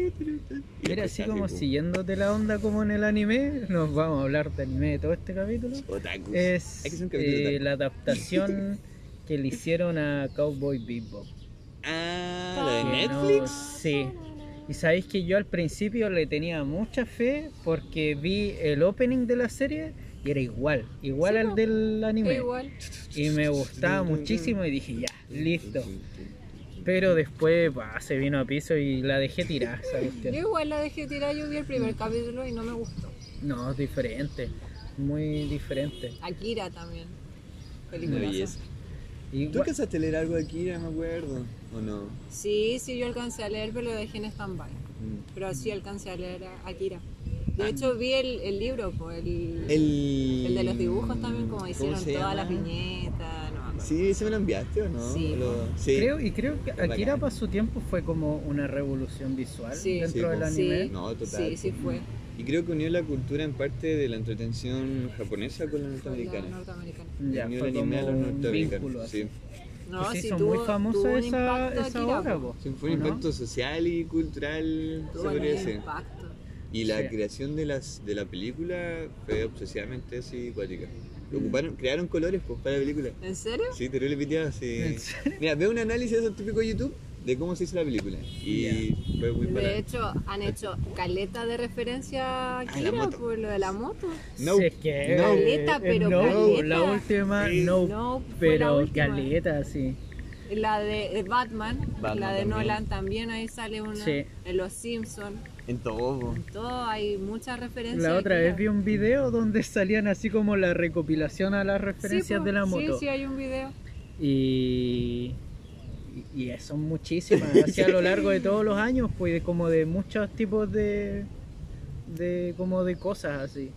S2: Mira, así como siguiéndote la onda como en el anime, nos vamos a hablar de anime de todo este capítulo.
S1: Otakus.
S2: Es
S1: Hay que hacer un capítulo
S2: eh,
S1: otaku.
S2: la adaptación que le hicieron a Cowboy Bebop.
S1: Ah, la de
S2: Que no-
S1: Netflix.
S2: sí. Y sabéis que yo al principio le tenía mucha fe porque vi el opening de la serie y era igual, igual
S3: Sí,
S2: al
S3: po.
S2: del anime.
S3: Igual.
S2: Y me gustaba muchísimo y dije, ya, listo. Pero después bah, se vino a piso y la dejé tirar. esa
S3: Yo
S2: cuestión.
S3: igual la dejé tirar, yo vi el primer capítulo y no me gustó.
S2: No, es diferente, muy diferente.
S3: Akira también.
S1: Una
S3: Película.
S1: belleza. ¿Tú
S2: Igual-
S1: alcanzaste a leer algo de Akira? No me acuerdo. ¿O no?
S3: Sí, sí, yo alcancé a leer, pero lo dejé en stand-by.
S1: Mm.
S3: Pero sí alcancé a leer a Akira. De hecho, vi el, el libro, po, el,
S1: Ah. El...
S3: el de los dibujos también, como
S1: ¿Cómo
S3: hicieron
S1: se
S3: todas
S1: llama?
S3: las viñetas. No, me acuerdo.
S1: Sí, ¿se me lo enviaste o no?
S3: Sí.
S1: Lo- sí.
S2: Creo, y creo que
S1: Bacán.
S2: Akira para su tiempo fue como una revolución visual
S3: Sí.
S1: Sí, pues.
S2: dentro del
S1: po.
S2: anime.
S3: Sí.
S1: No, total. pues,
S3: sí, sí fue.
S1: Y creo que unió la cultura en parte de la entretención japonesa con la
S3: Fue la
S1: norteamericana.
S3: norteamericana.
S2: Ya,
S1: unió
S2: fue
S1: el
S2: como
S1: anime a los
S2: un vínculo
S1: norteamericanos.
S2: así.
S1: Sí.
S3: No,
S2: Pues se
S3: sí,
S2: hizo
S3: tuvo,
S2: muy famosa
S3: tuvo
S2: esa,
S3: un impacto
S2: esa
S3: Akira,
S2: obra,
S3: po.
S2: po,
S1: Sí, fue un
S2: ¿o no?
S1: impacto social y cultural, se
S3: Tuvo un
S1: podría decir.
S3: impacto.
S1: Y la
S2: Sí.
S1: creación de, las, de la película fue obsesivamente así, cuática. Lo Ocuparon, crearon colores pues, para la película.
S3: ¿En serio?
S1: Sí, te lo piteado, sí.
S2: ¿En serio?
S1: Mira, veo un análisis de esos típicos YouTube de cómo se hizo la película. Y fue muy
S3: De
S1: para.
S3: hecho, han hecho caleta de referencia a
S1: Ah, la
S3: Akira
S1: moto.
S3: por lo de la moto.
S1: No.
S2: Si es que,
S1: No.
S3: Caleta, pero
S2: no,
S3: caleta.
S2: la última,
S1: Sí.
S2: no,
S3: No, fue la
S2: Oh, pero
S3: última.
S2: caleta, sí.
S3: La de eh, Batman,
S1: Batman
S3: la de
S1: también.
S3: Nolan también, ahí sale una.
S2: Sí.
S3: En Los Simpsons,
S1: En todo.
S3: en todo, hay muchas referencias.
S2: La
S3: a
S2: otra
S3: Akira.
S2: vez vi un video donde salían así como la recopilación a las
S3: Sí,
S2: referencias
S3: po,
S2: de la moto.
S3: pues, Sí, sí, hay un video.
S2: Y, y, y son muchísimas, [LAUGHS] así a lo largo de todos los años, pues de- como de muchos tipos de, de, como de cosas así.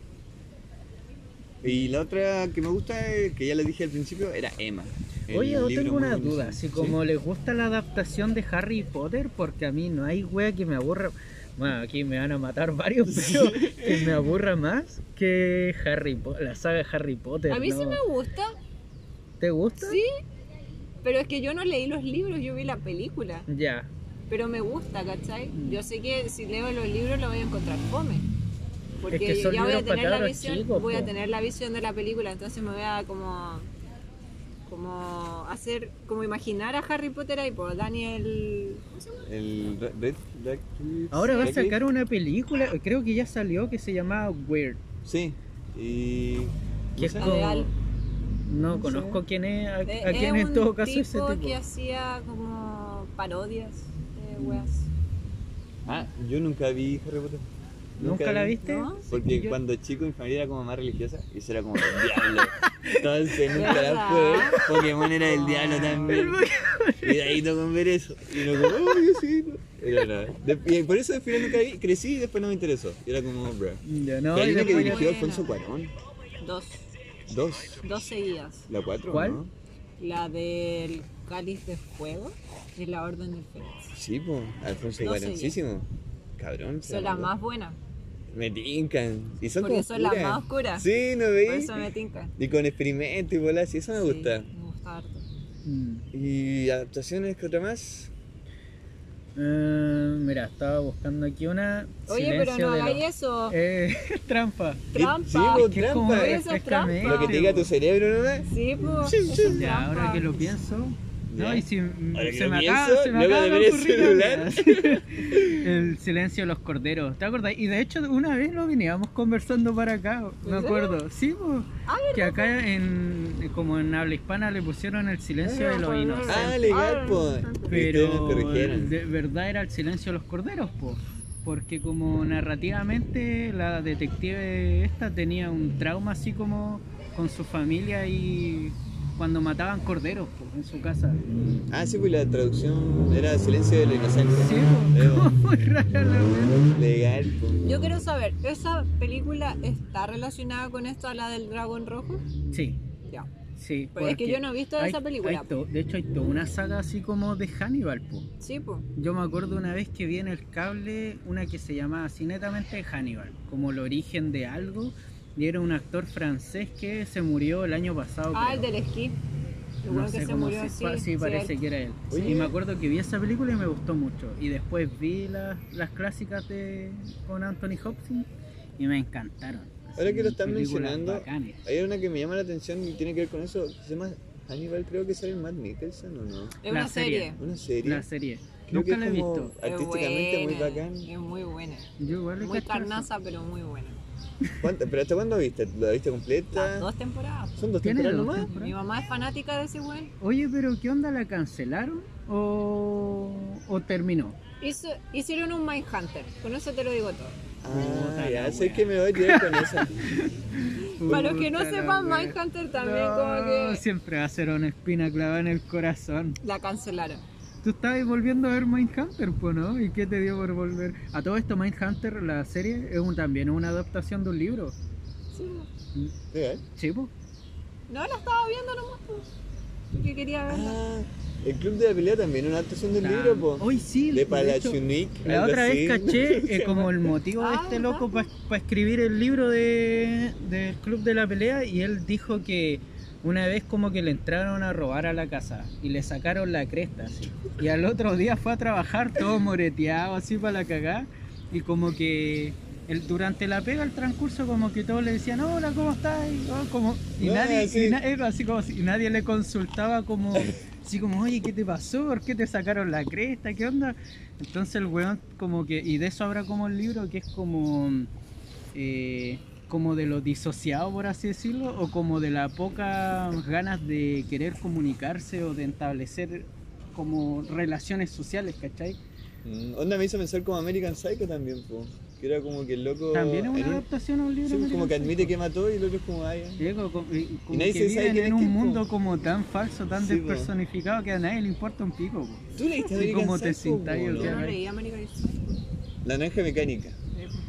S1: Y la otra que me gusta, eh, que ya le dije al principio, era Emma. El
S2: Oye, yo
S1: libro
S2: tengo
S1: muy
S2: una
S1: buenísimo.
S2: duda, si
S1: Sí.
S2: como les gusta la adaptación de Harry Potter, porque a mí no hay wea que me aburra, bueno, aquí me van a matar varios, [LAUGHS] pero que me aburra más que Harry Po- la saga de Harry Potter.
S3: A mí sí
S2: ¿no?
S3: me gusta,
S2: ¿Te gusta?
S3: sí. Pero es que yo no leí los libros, yo vi la película.
S2: Ya,
S3: Pero me gusta, ¿cachai? Yo sé que si leo los libros lo voy a encontrar fome. Porque
S2: que son
S3: ya voy a
S2: libros pa'
S3: tener la
S2: cabros
S3: visión,
S2: chicos,
S3: voy a
S2: po.
S3: tener la visión de la película, entonces me voy a como como hacer como imaginar a Harry Potter ahí por Daniel
S1: El Red, Red- Radcliffe-
S2: ahora va a
S1: Radcliffe.
S2: sacar una película, creo que ya salió, que se llamaba Weird.
S1: Sí. Y.
S2: que es
S1: no sé.
S2: como-
S3: Real.
S2: No
S1: Sí.
S2: conozco quién es, a, a
S3: Eh,
S2: quién
S3: es
S2: en todo caso
S3: tipo
S2: ese tipo.
S3: que hacía como parodias de weas.
S1: Ah, yo nunca vi Harry Potter.
S2: ¿Nunca la viste?
S3: ¿No?
S1: Porque
S2: Yo-
S1: cuando chico mi familia era como más religiosa y eso era como del diablo. Entonces nunca la
S3: ¿Verdad?
S1: pude ver. Pokémon era del diablo también. Cuidadito con ver eso. Y no como, oh, yo sí. Era nada. De- y por eso al final nunca vi, crecí y después no me interesó. Y era como, bro.
S2: Ya, no,
S1: Pero
S2: y
S1: hay una que
S2: después-
S3: dirige-
S1: dirigió
S3: buena.
S1: Alfonso Cuarón.
S3: Dos,
S1: Dos.
S3: dos seguidas.
S1: La cuatro,
S2: ¿Cuál?
S1: ¿no?
S3: La del cáliz de fuego y la orden del Fénix.
S1: Sí, po. Alfonso
S3: No sé
S1: Cuaróncísimo. Cabrón. se
S3: Son las
S1: mandó.
S3: más buenas.
S1: Me tincan. Y son
S3: Porque
S1: como
S3: son las
S1: puras.
S3: más oscuras.
S1: Sí, ¿no
S3: Por
S1: veis?
S3: eso me tinca.
S1: Y con experimento y bolas, y eso me
S3: Sí,
S1: gusta.
S3: me gusta harto.
S2: Mm.
S1: ¿Y adaptaciones? ¿Qué otra más?
S2: Eh, mira, estaba buscando aquí una.
S3: Oye,
S2: silencio
S3: pero no
S2: de los-
S3: hagáis eso.
S2: Eh, [LAUGHS] trampa.
S3: Trampa.
S1: Sí, vos,
S2: Que es como
S1: trampa.
S3: Eso es
S2: refrescame,
S3: trampa.
S1: Lo que te diga tu cerebro, ¿no?
S3: Sí, pues.
S1: Sí,
S3: eso
S1: sí.
S3: es
S2: Ya, ahora
S3: trampa.
S2: que lo pienso. No,
S1: Ya.
S2: y si mm,
S1: Ahora que
S2: se
S1: lo
S2: me
S1: pienso,
S2: acaba, se me
S1: luego
S2: acaba de
S1: debería
S2: ocurrir
S1: celular.
S2: ahora. [LAUGHS] El silencio de los corderos, ¿te acordás? Y de hecho, una vez lo veníamos conversando para acá, me
S3: serio?
S2: acuerdo. Sí, po,
S3: Ah,
S2: que acá, en, como en habla hispana, le pusieron el silencio de los
S1: Ah,
S2: inocentes.
S1: legal, po. Ustedes
S2: Ah, Pero
S1: me corrigieron.
S2: de verdad era el silencio de los corderos, po. Porque como narrativamente la detective esta tenía un trauma así como con su familia y cuando mataban corderos po, en su casa. [LAUGHS]
S1: Ah, sí, pues la traducción era Silencio de la Inocencia.
S2: Sí,
S1: Eh,
S2: po, como muy rara la wea.
S1: Legal, po.
S3: Yo quiero saber, ¿esa película está relacionada con esto a la del dragón rojo?
S2: Sí,
S3: Ya.
S2: sí.
S3: Pero Pues es que
S2: porque
S3: yo no he visto
S2: hay-
S3: esa película.
S2: hay to- de hecho hay toda una saga así como de Hannibal, po.
S3: Sí, pues.
S2: Yo me acuerdo una vez que vi en el cable una que se llamaba así netamente Hannibal, como el origen de algo, y era un actor francés que se murió el año pasado.
S3: Ah,
S2: creo.
S3: el del esquí. El
S2: no
S3: weón
S2: sé
S3: que se
S2: cómo
S3: murió
S2: se
S3: así.
S2: pa- sí, parece que era él.
S1: Oye.
S2: Y me acuerdo que vi esa película y me gustó mucho. Y después vi las, las clásicas de con Anthony Hopkins y me encantaron. Así,
S1: Ahora que lo están
S2: películas
S1: mencionando,
S2: bacanes.
S1: Hay una que me llama la atención y tiene que ver con eso. que Se llama Hannibal, creo que sale en Matt Mikkelsen o no.
S3: Es
S2: La
S3: una serie.
S2: serie.
S1: Una serie.
S2: La serie.
S1: Creo
S2: Nunca
S1: que
S2: la he
S1: es como-
S2: visto.
S3: Es
S1: Artísticamente muy
S3: buena,
S1: bacán.
S3: Es muy buena.
S2: Yo igual le
S3: Muy
S2: cacho eso.
S3: carnaza, pero muy buena.
S1: ¿Cuánta- ¿Pero hasta cuándo viste? ¿La viste
S3: Las
S1: completa?
S3: dos temporadas.
S1: ¿Son dos
S2: Tiene
S1: temporadas
S2: dos
S1: nomás?
S2: temporadas.
S3: Mi mamá es fanática de ese weón.
S2: Oye, pero ¿qué onda? ¿La cancelaron o, o terminó?
S3: Hizo, hicieron un Mindhunter. Con eso te lo digo todo.
S1: Ah,
S2: Puta
S1: ya
S2: la
S1: sé
S2: wea.
S1: que me voy a tirar con
S3: [LAUGHS]
S1: esa. Uh,
S3: Para los que no
S2: Puta la
S3: sepan,
S2: wea.
S3: Mindhunter también
S2: No,
S3: como que
S2: Siempre va a ser una espina clavada en el corazón.
S3: la cancelaron.
S2: Tú estabas volviendo a ver Mindhunter, pues, ¿no? ¿Y qué te dio por volver? A todo esto, Mindhunter, la serie, es un, también una adaptación de un libro.
S3: Sí, no.
S1: Legal.
S2: Sí, po.
S3: No la estaba viendo nomás. pues. Porque quería verla.
S1: Ah, el club de la pelea también, una adaptación del libro, po.
S2: Hoy sí.
S1: De
S2: hecho,
S1: Palachunik.
S2: La
S1: algo
S2: otra
S1: así.
S2: vez
S1: [LAUGHS]
S2: caché eh, como el motivo de
S3: Ah,
S2: este
S3: ¿verdad?
S2: loco para escribir el libro de, del Club de la Pelea y él dijo que una vez como que le entraron a robar a la casa y le sacaron la cresta así. Y al otro día fue a trabajar todo moreteado así para la cagada y como que él, durante la pega, el transcurso como que todos le decían hola, ¿cómo estás? Y, oh, como, y
S1: No,
S2: nadie,
S1: Ah, sí.
S2: y na- era así como si- y nadie le consultaba como... Así como, oye, ¿qué te pasó? ¿Por qué te sacaron la cresta? ¿Qué onda? Entonces el weón como que, y de eso habrá como el libro que es como, eh, como de lo disociado, por así decirlo, o como de la pocas ganas de querer comunicarse o de establecer como relaciones sociales, ¿cachai?
S1: Mm, Onda me hizo pensar como American Psycho también, po. Que era como que el loco.
S2: También es una
S1: en un-
S2: adaptación a un libro.
S1: sí, como
S2: americano.
S1: que admite que mató y el otro es como, ay, eh". ya.
S2: Diego, como, y- como
S1: nadie
S2: que
S1: se sabe
S2: viven
S1: quién
S2: en
S1: es quién,
S2: un
S1: po.
S2: mundo como tan falso, tan
S1: Sí, po.
S2: despersonificado que a nadie le importa un pico. po.
S1: ¿Tú leíste
S2: Sí,
S1: American
S2: como te
S1: Psycho, po,
S2: sintáis, o
S1: no?
S3: Yo no
S2: Claro.
S3: leí American Psycho.
S1: La naranja mecánica.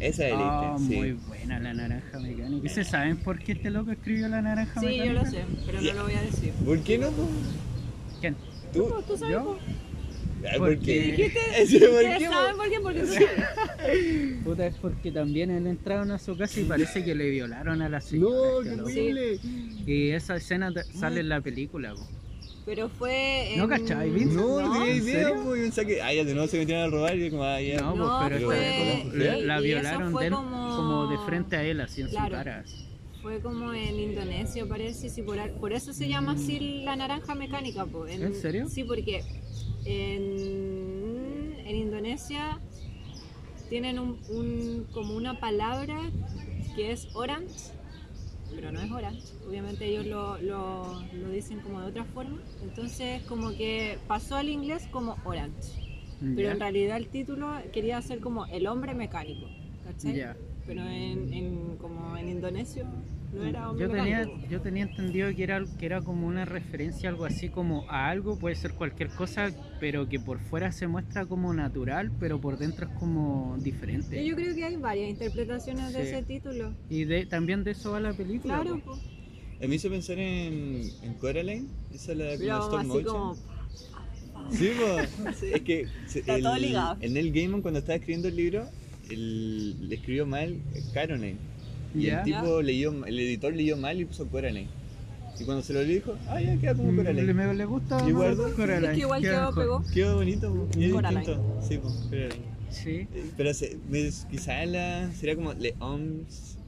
S1: Esa es
S2: Ah,
S1: la lista,
S2: muy
S1: sí.
S2: buena la naranja mecánica. ¿Y se saben por qué este loco escribió la naranja
S3: Sí,
S2: mecánica?
S3: yo lo sé, pero no lo voy a decir.
S1: ¿Por qué no? po?
S2: ¿Quién?
S1: ¿Tú?
S3: No, tú sabes
S2: ¿Yo?
S3: po.
S1: Ah, ¿Por
S2: Porque-
S1: qué?
S3: Dijiste,
S1: [LAUGHS] Ese, ¿por
S3: ustedes
S1: qué, po?
S3: saben por qué,
S1: [LAUGHS]
S3: porque tú sabes.
S2: Puta, es porque también él entraron a su casa y parece que le violaron a la señora.
S1: No,
S2: este
S1: qué
S2: loco.
S1: horrible.
S2: Y esa escena ta- sale en la película. po.
S3: Pero fue.
S2: ¿No
S3: en-
S2: cachai, Vince?
S1: No,
S3: No,
S1: no
S2: ¿en
S1: tenía idea,
S2: serio?
S1: po. Yo pensaba que, ay, ya de nuevo se metieron a robar y yo como, ay, ya.
S2: No,
S3: No,
S2: po, pero esta
S1: fue-
S2: vez como- la,
S1: y-
S2: la
S3: y eso
S2: violaron
S3: fue
S2: de él
S3: como-
S2: como... de frente a él, así en su
S3: Claro.
S2: cara. así.
S3: Fue como en Indonesia, parece, sí, por, al- por eso se llama así la naranja mecánica. po.
S2: ¿En serio?
S3: Sí, porque en, en Indonesia tienen un, un- como una palabra que es orange, pero no es orange. Obviamente ellos lo, lo- lo dicen como de otra forma. Entonces como que pasó al inglés como orange. Pero en
S2: Ya,
S3: realidad el título quería ser como el hombre mecánico. ¿Cachai?
S2: ya.
S3: Pero en, en- como en indonesio no era hombre
S2: Yo tenía,
S3: mecánico.
S2: yo tenía entendido que era, que era como una referencia, algo así como a algo, puede ser cualquier cosa, pero que por fuera se muestra como natural, pero por dentro es como diferente.
S3: Y Yo creo que hay varias interpretaciones de
S2: Sí.
S3: ese título.
S2: Y de, también de eso va la película.
S3: Claro,
S2: po.
S3: po.
S1: Eh, Me hizo pensar en, en Coraline, esa es la de
S3: pero
S1: stop
S3: así
S1: motion.
S3: como.
S1: Sí, po.
S3: [LAUGHS]
S1: es que se-
S3: Está
S1: el,
S3: todo ligado.
S1: el Neil Gaiman cuando estaba escribiendo el libro, el- le escribió mal Caroline. Y
S2: Ya.
S1: el tipo leyó, el editor leyó mal y puso Coraline. Y cuando se lo leí dijo, ah, ya queda como Coraline.
S2: Mm, Le, me- le gusta
S1: ¿Y
S2: más
S1: Guardo?
S3: Es que igual quedó
S2: mejor.
S3: pegó.
S1: Quedó bonito, po. y es
S3: Coraline.
S1: distinto. Sí, po, Coraline.
S2: Sí.
S1: Eh, Pero se- me- quizá la, será como Le Homs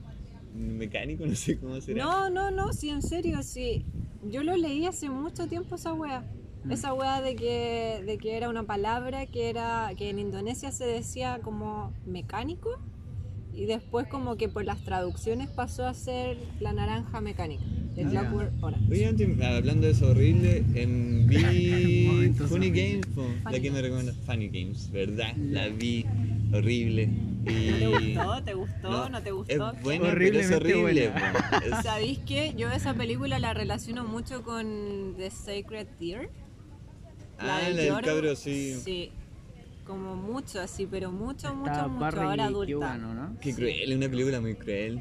S1: mecánico, [LAUGHS] no sé cómo será.
S3: No, no, no, sí, en serio, sí. Yo lo leí hace mucho tiempo esa wea.
S2: Mm.
S3: Esa wea de que, de que era una palabra que era que en Indonesia se decía como mecánico y después como que por las traducciones pasó a ser la naranja mecánica. de
S2: Ah, ya.
S3: Clockwork Orange.
S1: Oye, antes, hablando de eso horrible,
S2: [LAUGHS]
S1: en vi
S2: Momentos
S1: Funny
S2: horribles.
S1: Games, po, la
S3: Funny
S1: que me
S3: Games.
S1: recomienda Funny Games, ¿verdad? La vi horrible.
S3: ¿Te
S1: Y...
S3: gustó? ¿Te gustó? ¿No, te gustó?
S1: Es buena, pero es
S2: Horriblemente
S1: horrible.
S2: buena.
S3: [LAUGHS]
S1: po. Es-
S3: ¿Sabéis que yo esa película la relaciono mucho con The Sacred Deer?
S1: Ah,
S3: del
S1: la del
S3: lloro.
S1: cabro, sí.
S3: Sí, como mucho así, pero mucho,
S2: Está
S3: mucho, mucho.
S2: Barry
S3: Ahora adulta.
S2: Keoghan, ¿o ¿no?
S1: Qué cruel, es una película muy cruel.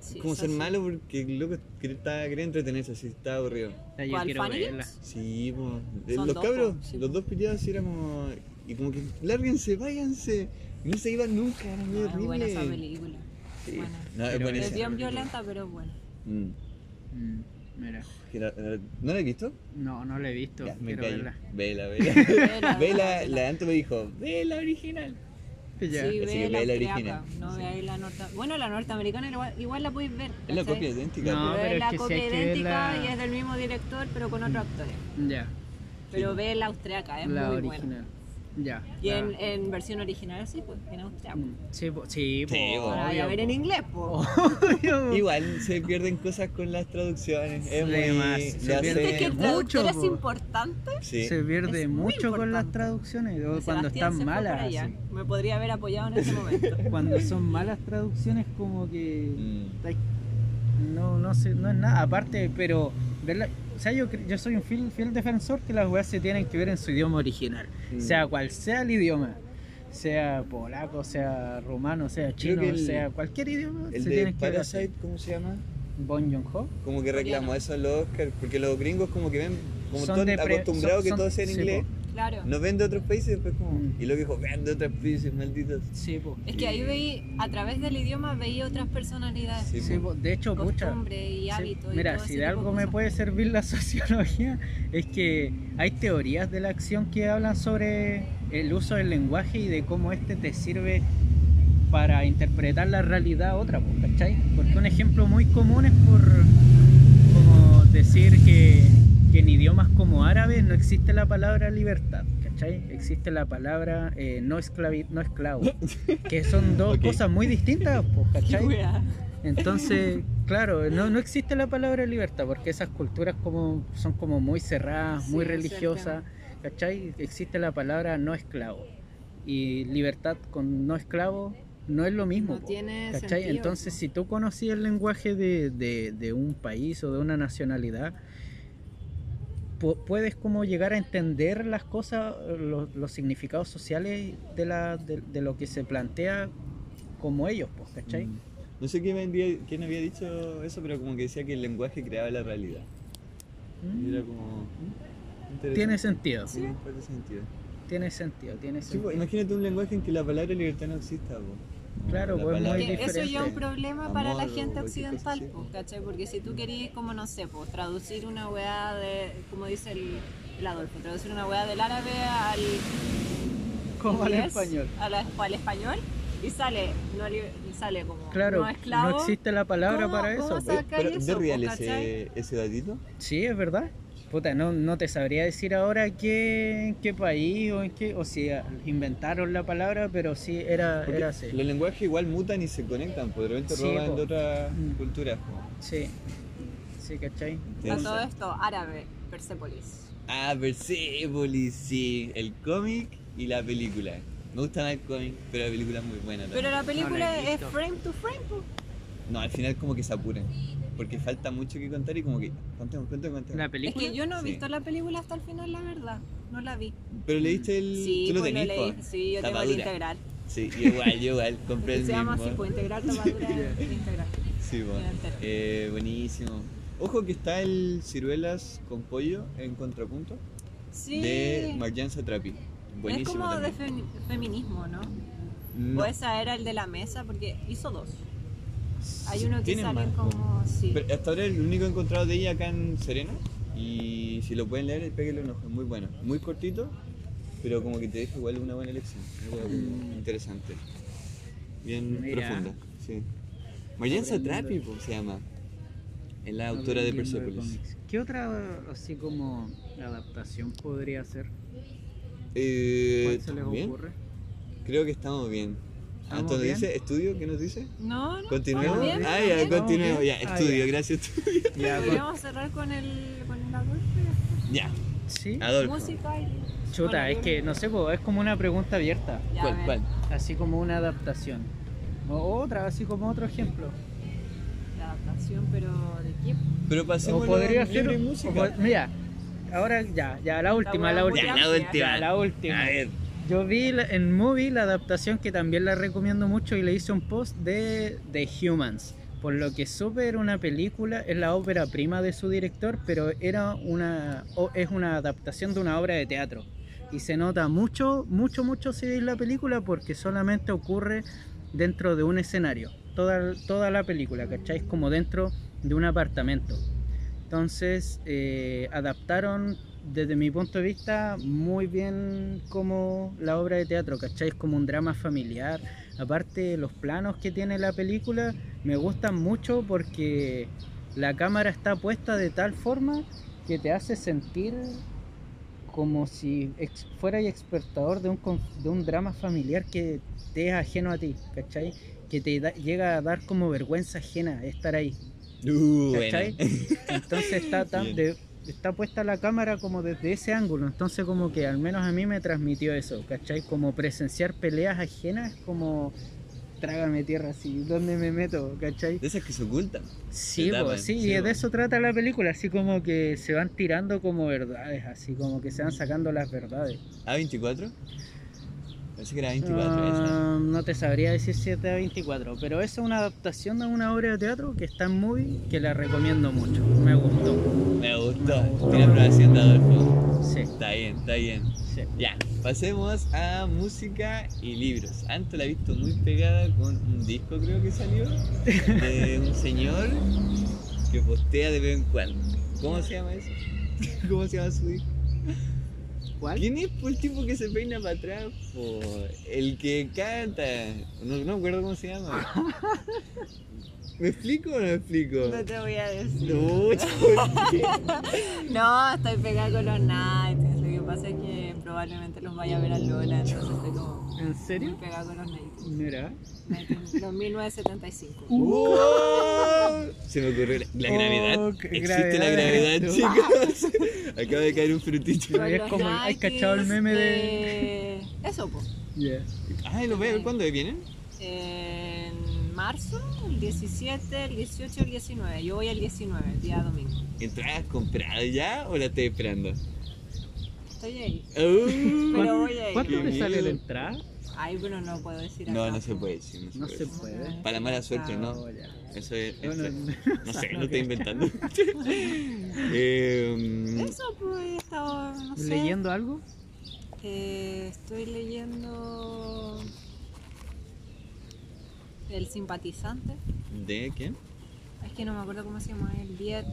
S3: Sí,
S1: es como
S3: es
S1: ser
S3: así.
S1: malo porque el loco que está, quería entretenerse, así está aburrido.
S2: Ya, yo
S3: ¿Cuál,
S2: quiero
S3: Funny
S2: verla.
S3: Games?
S1: Sí, po. Eh,
S3: Son
S1: los
S3: dos,
S1: cabros,
S3: po, sí,
S1: los
S3: po.
S1: dos piteados sí éramos. Y como que, lárguense, váyanse. No se iban nunca, era muy
S3: Ah, buena esa
S1: horrible.
S3: película.
S1: Sí.
S3: Buena.
S1: No, es
S2: Pero
S1: buena
S3: Es
S1: esa
S3: bien
S1: película.
S3: violenta,
S1: [LAUGHS]
S3: pero bueno.
S1: Mm.
S2: Mm, mira.
S1: Que la- la- eh, ¿No la he visto?
S2: No, no la he visto.
S1: Ya, me
S2: quiero
S1: callo.
S2: verla. [LAUGHS]
S1: Vela, vela.
S3: Vela,
S1: Vela,
S3: vela.
S1: la Anto me dijo, vela original.
S2: Ya.
S3: Sí,
S1: Así que
S3: ve la
S1: ve la
S3: austriaca,
S1: original.
S3: No
S1: Sí.
S3: veáis la norte... Bueno, la norteamericana igual, igual la podéis ver.
S1: Es la
S3: ¿cachai?
S1: copia idéntica.
S2: No,
S3: Pero
S2: pero
S3: es
S2: es
S3: la
S2: que si
S3: copia
S2: hay que ver
S3: idéntica
S2: la-
S3: y es del mismo director, pero con otro actor.
S2: Ya,
S3: Pero
S1: Sí.
S3: ve la austriaca, es
S2: la
S3: muy buena.
S2: original. Ya.
S3: Y
S2: la-
S3: en, en versión original, sí, pues, en austriaco.
S2: Mm, Sí, po- sí, po,
S1: Sí, po.
S3: Ahora voy a
S2: obvio, po.
S3: ver
S2: Oh.
S3: en inglés, pues.
S2: Obvio, po.
S1: Igual se pierden cosas con las traducciones. Es muy,
S2: Demás,
S1: le
S2: se
S1: hace-
S2: pierde
S3: ¿Viste que el
S2: mucho,
S3: traductor [LAUGHS] es
S2: po.
S3: importante?
S1: Sí.
S2: Se pierde
S3: Es muy
S2: mucho con las
S3: importante.
S2: traducciones, o cuando
S3: Sebastián se
S2: están
S3: fue
S2: malas.
S3: para allá.
S2: así.
S3: Me podría haber apoyado en
S2: [LAUGHS]
S3: ese momento.
S2: Cuando son malas traducciones, como que.
S1: Mm.
S2: Ay, No, no sé, no es nada. Aparte, pero. verla- o sea, yo, cre- yo soy un fiel, fiel defensor que las weas se tienen que ver en su idioma original.
S1: Mm.
S2: Sea cual sea el idioma. Sea polaco, sea rumano, sea chino,
S1: que el-
S2: sea cualquier idioma.
S1: El
S2: se
S1: de
S2: tienen que ver así.
S1: Parasite, ¿cómo se llama?
S2: Bon Joon-ho.
S1: Como que reclamó eso a los Oscar, porque los gringos como que ven, como
S2: Son
S1: están
S2: de pre-
S1: acostumbrados
S2: son-
S1: que
S2: son-
S1: todo sea en
S2: sí,
S1: inglés,
S3: Claro.
S1: nos ven de otros países, después como...
S2: Mm.
S1: Y lo que dijo, ven de otros países, malditos.
S2: Sí, po.
S3: Es que ahí
S1: Y-
S3: veí, a través del idioma veía otras personalidades,
S1: Sí,
S2: Sí,
S1: po.
S2: po. De hecho, pucha.
S3: costumbre y
S2: Sí,
S3: hábitos. y
S2: Mira,
S3: todo
S2: si
S3: ese
S2: de
S3: tipo
S2: algo me
S3: cosas. [LAUGHS]
S2: puede servir la [LAUGHS] sociología, es que hay teorías de la acción que hablan sobre el uso del lenguaje y de cómo este te sirve para interpretar la realidad a otra, pues, ¿cachai? Porque un ejemplo muy común es por como decir que, que en idiomas como árabes no existe la palabra libertad, ¿cachai? Existe la palabra eh, no, esclavi- no esclavo, que son dos
S1: Ok.
S2: cosas muy distintas, pues,
S3: [LAUGHS] Qué
S2: ¿cachai?
S3: weá. [LAUGHS]
S2: Entonces, claro, no, no existe la palabra libertad, porque esas culturas como, son como muy cerradas,
S3: Sí,
S2: muy
S3: ese es el
S2: religiosas, ¿cachai? Existe la palabra no esclavo. Y libertad con no esclavo no es lo mismo.
S3: No
S2: po,
S3: tiene
S2: ¿cachai?
S3: sentido,
S2: Entonces,
S3: po.
S2: si tú conocías el lenguaje de, de- de un país o de una nacionalidad, pu- puedes como llegar a entender las cosas, los, los significados sociales de, la, de, de lo que se plantea como ellos, po, ¿cachai?
S1: Mm. No sé quién, vendía- quién había dicho eso, pero como que decía que el lenguaje creaba la realidad. Y era como... mm, interesante.
S2: Tiene sentido,
S1: Sí, parte sentido.
S2: tiene sentido, tiene
S1: Sí, po,
S2: sentido.
S1: imagínate un lenguaje en que la palabra libertad no exista, po. Como
S2: Claro,
S1: la
S2: po, es muy
S1: palabra-
S3: Que eso ya es
S2: diferente.
S3: un problema para la
S1: Amor o
S3: gente
S1: cualquier
S3: occidental,
S1: cosa así.
S3: po, ¿cachai? Porque si tú querías, como no sé, po, traducir una weá de, como dice el, el Adolfo, traducir una weá del árabe al
S2: Como al
S3: inglés,
S2: español.
S3: a la- al español, y sale, no, li- y sale como
S2: Claro,
S3: no esclavo.
S2: no existe la palabra
S3: ¿Cómo-
S2: para
S3: cómo
S2: eso. po.
S3: saca-
S1: Pero,
S3: eso,
S1: ¿de
S3: po,
S1: real
S3: ¿cachai?
S1: ese, ese datito?
S2: Sí, es verdad. Puta, no, no te sabría decir ahora qué, en qué país o en qué, o si ah, inventaron la palabra, pero sí era,
S1: Porque
S2: era así.
S1: Los lenguajes igual mutan y se conectan, po, de repente
S2: Sí,
S1: roban
S2: po.
S1: de otras
S2: Mm.
S1: culturas. po.
S2: Sí. Sí, ¿cachai?
S3: A todo
S1: Entonces-
S3: esto, árabe, Persepolis.
S1: Ah, Persepolis, sí. El cómic y la película. Me gusta más el cómic, pero la película es muy buena también.
S3: Pero la película
S2: he
S3: es
S2: visto.
S3: frame to frame, po.
S1: No, al final como que se apuran. Porque falta mucho que contar y como que... Contemos, contemos, contemos.
S2: La
S3: Es
S2: película.
S3: que yo no he
S1: Sí.
S3: visto la película hasta el final, la verdad. No la vi.
S1: Pero leíste el...
S3: Sí,
S1: Tú lo
S3: pues lo
S1: tenés,
S3: leí.
S1: po.
S3: Sí, yo tengo el
S1: Tapadura.
S3: integral.
S1: Sí, yo igual, yo
S3: [LAUGHS]
S1: igual. Compré
S3: Se
S1: el mismo.
S3: llama así, pues integral,
S1: [LAUGHS]
S3: tapadura, integral.
S1: Sí, bueno.
S3: Ya, entero.
S1: Eh, buenísimo. Ojo que está el ciruelas con pollo en contrapunto
S3: Sí.
S1: de Marjan Satrapi.
S3: es
S1: Buenísimo.
S3: como de pues,
S1: también.
S3: femi- feminismo, ¿no?
S1: No,
S3: O esa era el de la mesa, porque hizo dos. Hay uno que
S1: Tienen
S3: sale
S1: más,
S3: como. Sí.
S1: Pero hasta ahora el único encontrado de ella acá en Serena. Y si lo pueden leer, péguenle un ojo. Es muy bueno. Muy cortito, pero como que te deja igual una buena lección. Algo
S3: Mm.
S1: como interesante. Bien
S7: Mira.
S1: profunda. Sí. Marian
S2: Aprendiendo.
S1: Satrapi po, se llama. Es la autora de
S2: Aprendiendo
S1: Persepolis.
S2: cómics. ¿Qué otra así como adaptación podría ser?
S1: Eh,
S2: ¿Cuál se les
S1: ¿bien?
S2: ocurre?
S1: Creo que estamos bien. Ah,
S2: ¿Estamos
S1: ¿esto nos
S2: bien?
S1: dice? ¿Estudio? ¿Qué nos dice?
S3: No, no.
S1: ¿Continuemos?
S3: estamos bien,
S1: ah,
S3: estamos
S1: ya,
S3: bien.
S1: continuemos. Ya,
S2: Ah, ya.
S1: estudio, gracias. [LAUGHS] estudio.
S2: Ya, con-
S3: Podríamos cerrar con el. con el Adolfo.
S1: ya,
S7: ¿Sí?
S1: Adolfo.
S3: Música y.
S2: chuta,
S3: Bueno,
S2: es que no sé, po, es como una pregunta abierta,
S3: Ya, a
S1: ¿Cuál?
S3: ver.
S1: ¿Cuál?
S2: así como una adaptación. O otra, así como otro ejemplo.
S3: La adaptación, pero ¿de quién?
S1: Pero
S2: O
S1: pasemos
S2: podría ser.
S1: libre
S2: o
S1: música.
S2: po- mira, ahora ya, ya la última, la
S3: hueá
S2: última.
S1: Ya,
S3: Amplia.
S1: la última.
S2: Ya, la última.
S1: A ver.
S2: Yo vi la- en Movie la adaptación que también la recomiendo mucho y le hice un post de The Humans. Por lo que supe era una película, es la ópera prima de su director, pero era una, o- es una adaptación de una obra de teatro. Y se nota mucho, mucho, mucho si veis la película porque solamente ocurre dentro de un escenario. Toda, toda la película, ¿cacháis? Como dentro de un apartamento. Entonces, eh, adaptaron desde mi punto de vista muy bien como la obra de teatro, ¿cachai? Es como un drama familiar. Aparte, los planos que tiene la película me gustan mucho porque la cámara está puesta de tal forma que te hace sentir como si ex- fueras expertador de un, conf- de un drama familiar que te es ajeno a ti, ¿cachai? Que te da- llega a dar como vergüenza ajena estar ahí.
S1: Uh,
S2: ¿Cachai?
S1: buena.
S2: Entonces está, tan-
S1: Bien.
S2: de- está puesta la cámara como desde ese ángulo. Entonces como que al menos a mí me transmitió eso, ¿cachai? Como presenciar peleas ajenas es como trágame tierra así, ¿dónde me meto? ¿Cachai?
S1: De esas que se ocultan.
S2: Sí,
S1: tapan,
S2: po, sí,
S1: sí, pues.
S2: y
S1: po.
S2: de eso trata la película, así como que se van tirando como verdades, así como que se van sacando las verdades.
S1: ¿A24? Parece que era 24 esa.
S2: Ah, no te sabría decir 7 a 24, pero esa es una adaptación de una obra de teatro que está en movie, que la recomiendo mucho, me gustó.
S1: Me
S2: me
S1: gustó.
S2: gustó.
S1: Tiene aprobación de Adolfo.
S2: Sí,
S1: Está bien, está bien.
S2: sí.
S1: Ya, pasemos a música y libros. Anto la he visto muy pegada con un disco, creo que salió, de
S3: [LAUGHS]
S1: un señor que postea de vez en cuando. ¿Cómo se llama eso? [LAUGHS] ¿Cómo se llama su disco?
S2: ¿Cuál?
S1: ¿Quién es po, el tipo que se peina para atrás? po? El que canta. No, no me acuerdo cómo se
S3: [LAUGHS]
S1: llama. ¿Me explico o no me explico?
S3: No te voy a decir.
S1: No, ¿por qué?
S3: No, estoy pegada con los Nights. Lo que pasa es que probablemente los vaya a ver a Lola, entonces estoy como
S2: ¿En
S3: muy
S2: serio?
S3: pegada con los Nights.
S2: Mira. Uh,
S3: Nightingale, Los 1975.
S1: ¡Wow! [LAUGHS] Se me ocurrió la, la
S2: Oh,
S1: gravedad.
S2: qué
S1: Existe
S2: gravedad.
S1: la gravedad,
S3: [LAUGHS]
S1: chicos. Acaba de caer un frutito.
S3: Con
S2: es
S3: los
S2: como el- ¿hay
S3: Nightingales,
S2: cachado el meme
S3: eh, Eso, pues.
S2: Yeah.
S1: Ah, ¿lo voy a ver cuándo vienen?
S3: En marzo, el 17, el 18, el 19. Yo voy al 19, el día domingo.
S1: ¿Entradas compradas ya o la estoy esperando?
S3: Estoy ahí.
S1: Uh,
S3: Pero voy a ir.
S2: ¿Cuánto
S1: Qué
S2: te sale
S1: miedo.
S2: la entrada?
S3: Ay, pero no puedo decir
S1: no,
S3: acá,
S1: no se
S3: po.
S1: puede decir. No se
S2: No
S1: puede.
S2: se
S1: decir.
S2: puede.
S1: Para
S3: Ah,
S1: mala suerte,
S3: No.
S1: Pues, no.
S2: Oh, ya.
S1: Eso es.
S2: No,
S1: eso
S2: no,
S1: es-
S2: no.
S1: No sé,
S3: [LAUGHS]
S1: no estoy inventando. eh,
S3: Eso, pues, he estado, no sé.
S2: ¿Leyendo algo?
S3: Eh, estoy leyendo El simpatizante.
S1: ¿De quién?
S3: Es que no me acuerdo cómo se llama, el Viet.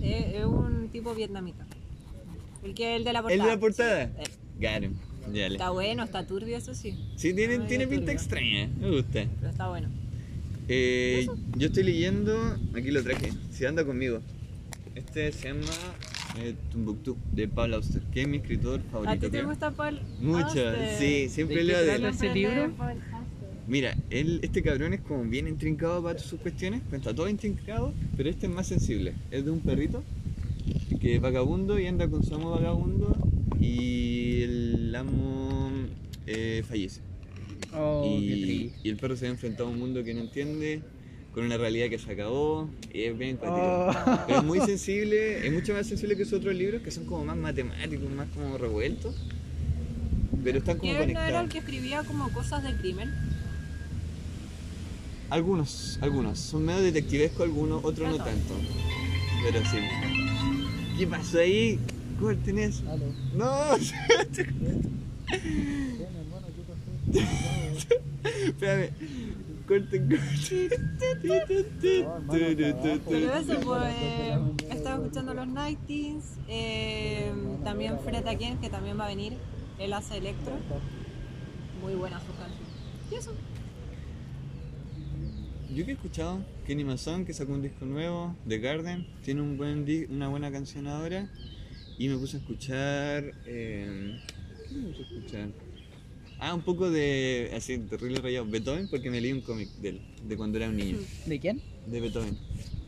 S3: Eh, es un tipo vietnamita. El que el de la
S1: ¿El
S3: portada.
S1: de la portada?
S3: Sí. Eh,
S1: Garen. Ya le.
S3: está bueno, está turbio, eso sí,
S1: Sí, tiene,
S3: Ah,
S1: tiene
S3: ya
S1: pinta
S3: turbio.
S1: extraña. Me gusta.
S3: pero está bueno.
S1: Eh, yo estoy leyendo, aquí lo traje, si anda conmigo. Este se llama eh, Tumbuktu, de Pablo Auster, que es mi escritor
S3: ¿A ti
S1: favorito.
S3: te
S1: creo.
S3: gusta Ah, Paul?
S1: Mucho,
S3: Auster?
S1: sí, siempre
S2: ¿De
S1: leo
S2: qué
S1: de
S2: trata?
S1: él.
S2: ese
S3: Siempre
S2: libro?
S3: leo Paul Auster.
S1: Mira, él, este cabrón es como bien intrincado para sus cuestiones, cuenta todo intrincado, pero este es más sensible. Es de un perrito que es vagabundo y anda con su amo vagabundo y el amo eh, fallece.
S2: Oh, qué
S1: y,
S2: triste.
S1: y el perro se ha enfrentado a un mundo que no entiende, con una realidad que se acabó, y es bien cuático.
S2: Oh.
S1: Pero es
S2: [LAUGHS]
S1: muy sensible, es mucho más sensible que sus otros libros que son como más matemáticos, más como revueltos. Pero están como
S3: ¿Quién no era el
S1: conectados.
S3: que escribía como cosas de crimen?
S1: Algunos, algunos. Son medio detectivescos algunos, otros no
S3: Ajá.
S1: tanto. Pero sí. ¿Qué pasó ahí? Corten eso. No. [LAUGHS] Espérame. corten,
S3: Pero
S1: corten.
S3: eso, pues, eh, he estado escuchando los 90s, eh, también Fred Aken, que también va a venir, él hace electro. Muy buena su canción. Y eso,
S1: Yo que he escuchado Kenny Mason, que sacó un disco nuevo, The Garden, tiene un buen di- una buena canción ahora. Y me puse a escuchar. eh, ¿Qué me puse a escuchar? Ah, un poco de. Así, terrible rayado. Beethoven, porque me leí un cómic de él, de cuando era un niño.
S2: ¿De quién?
S1: De Beethoven.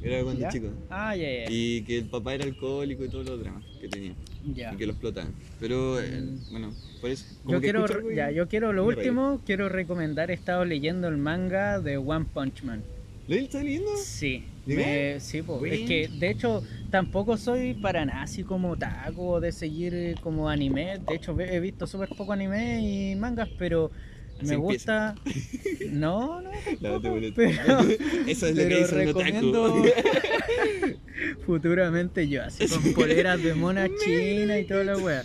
S1: Era cuando
S2: ¿Ya?
S1: chico.
S2: Ah, ya, ya, ya.
S1: Y que el papá era alcohólico y todos los dramas que tenía.
S2: ya.
S1: Y que lo explotaban. Pero, eh, bueno, por eso. como
S2: Yo
S1: que
S2: quiero,
S1: escucho algo y-
S2: ya, yo quiero lo
S1: me reí.
S2: último, quiero recomendar, he estado leyendo el manga de One Punch Man.
S1: ¿Lo estás leyendo?
S2: Sí,
S1: ¿De
S2: me-
S1: qué?
S2: sí, po.
S1: Buena.
S2: es que de hecho tampoco soy para nada así como taco de seguir eh, como anime, de hecho ve- he visto súper poco anime y mangas, pero
S1: Así
S2: me
S1: empieza.
S2: gusta...
S1: [LAUGHS]
S2: No, no,
S1: La
S2: [LAUGHS] tampoco,
S1: boleta.
S2: pero,
S1: Eso es lo que
S2: pero
S1: dice
S2: recomiendo
S1: un otaku. [LAUGHS]
S2: futuramente yo así con poleras de mona china y toda
S1: [LAUGHS]
S2: la wea.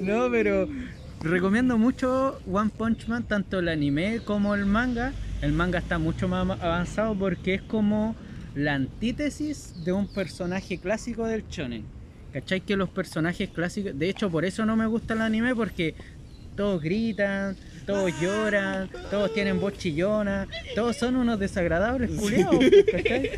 S2: No, pero recomiendo mucho One Punch Man, tanto el anime como el manga. El manga está mucho más avanzado porque es como la antítesis de un personaje clásico del shonen. ¿Cachai? Que los personajes clásicos. De hecho, por eso no me gusta el anime, porque todos gritan, todos lloran, todos tienen voz chillona, todos son unos desagradables culiados.
S1: [LAUGHS]
S2: ¿cachai?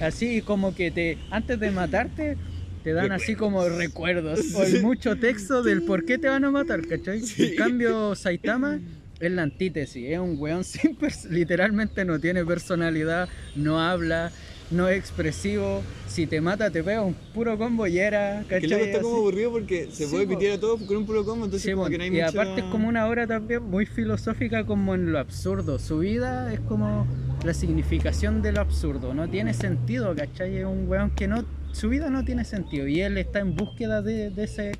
S2: Así como que te antes de matarte, te dan así como recuerdos o hay mucho texto del por qué te van a matar, ¿cachai? En cambio, Saitama. Es la antítesis, es un weón [LAUGHS] sin pers- literalmente no tiene personalidad, no habla, no es expresivo, si te mata te pega un puro combo y era,
S1: Que luego
S2: ¿cachai?
S1: está como
S2: Así.
S1: aburrido porque se
S2: Sí,
S1: puede
S2: po.
S1: pitear a todos con un puro combo, entonces
S2: Sí,
S1: como
S2: bueno,
S1: que no hay
S2: y
S1: mucha-
S2: aparte es como una obra también muy filosófica como en lo absurdo. Su vida es como la significación de lo absurdo. No tiene sentido, ¿cachai? Es un weón que no... Su vida no tiene sentido y él está en búsqueda de, de ese...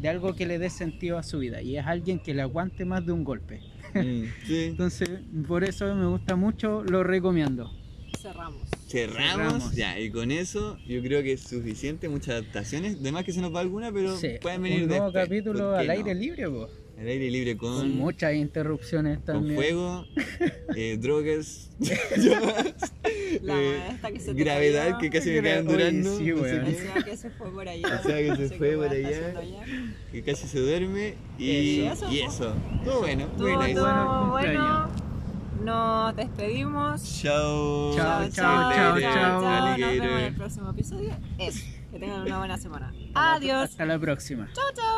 S2: De algo que le dé sentido a su vida y es alguien que le aguante más de un golpe.
S1: Mm, [LAUGHS] sí.
S2: Entonces, por eso me gusta mucho, lo recomiendo.
S3: cerramos.
S1: Cerramos,
S2: Cerramos.
S1: ya, y con eso yo creo que es suficiente, muchas adaptaciones, además que se nos va alguna, pero
S2: Sí,
S1: pueden venir
S2: un nuevo
S1: después,
S2: capítulo
S1: ¿por qué
S2: al
S1: no?
S2: aire libre, po.
S1: Al aire libre con,
S2: con muchas interrupciones
S1: con
S2: también. [LAUGHS]
S1: fuego, eh, drogas,
S3: La
S1: eh,
S3: esta que se
S1: [LAUGHS]
S3: te
S1: gravedad
S3: cayó.
S1: que casi me
S2: Oye,
S1: quedan durando,
S2: sí,
S1: no sé
S2: weón.
S1: qué.
S3: O sea que se fue por allá.
S1: O sea que se
S3: No sé
S1: fue
S3: qué
S1: por
S3: weá está
S1: allá.
S3: haciendo allá.
S1: que casi se duerme y
S3: Eso.
S1: y eso. Todo bueno.
S3: Estuvo
S1: Bueno,
S2: bueno,
S3: todo bueno. Nos despedimos.
S1: Chao.
S2: Chao,
S1: chao, chao, chao.
S3: Nos vemos en
S1: alligator.
S3: el próximo episodio. Eso. Que tengan una buena semana. Adiós.
S2: Hasta la próxima.
S3: Chao, chao.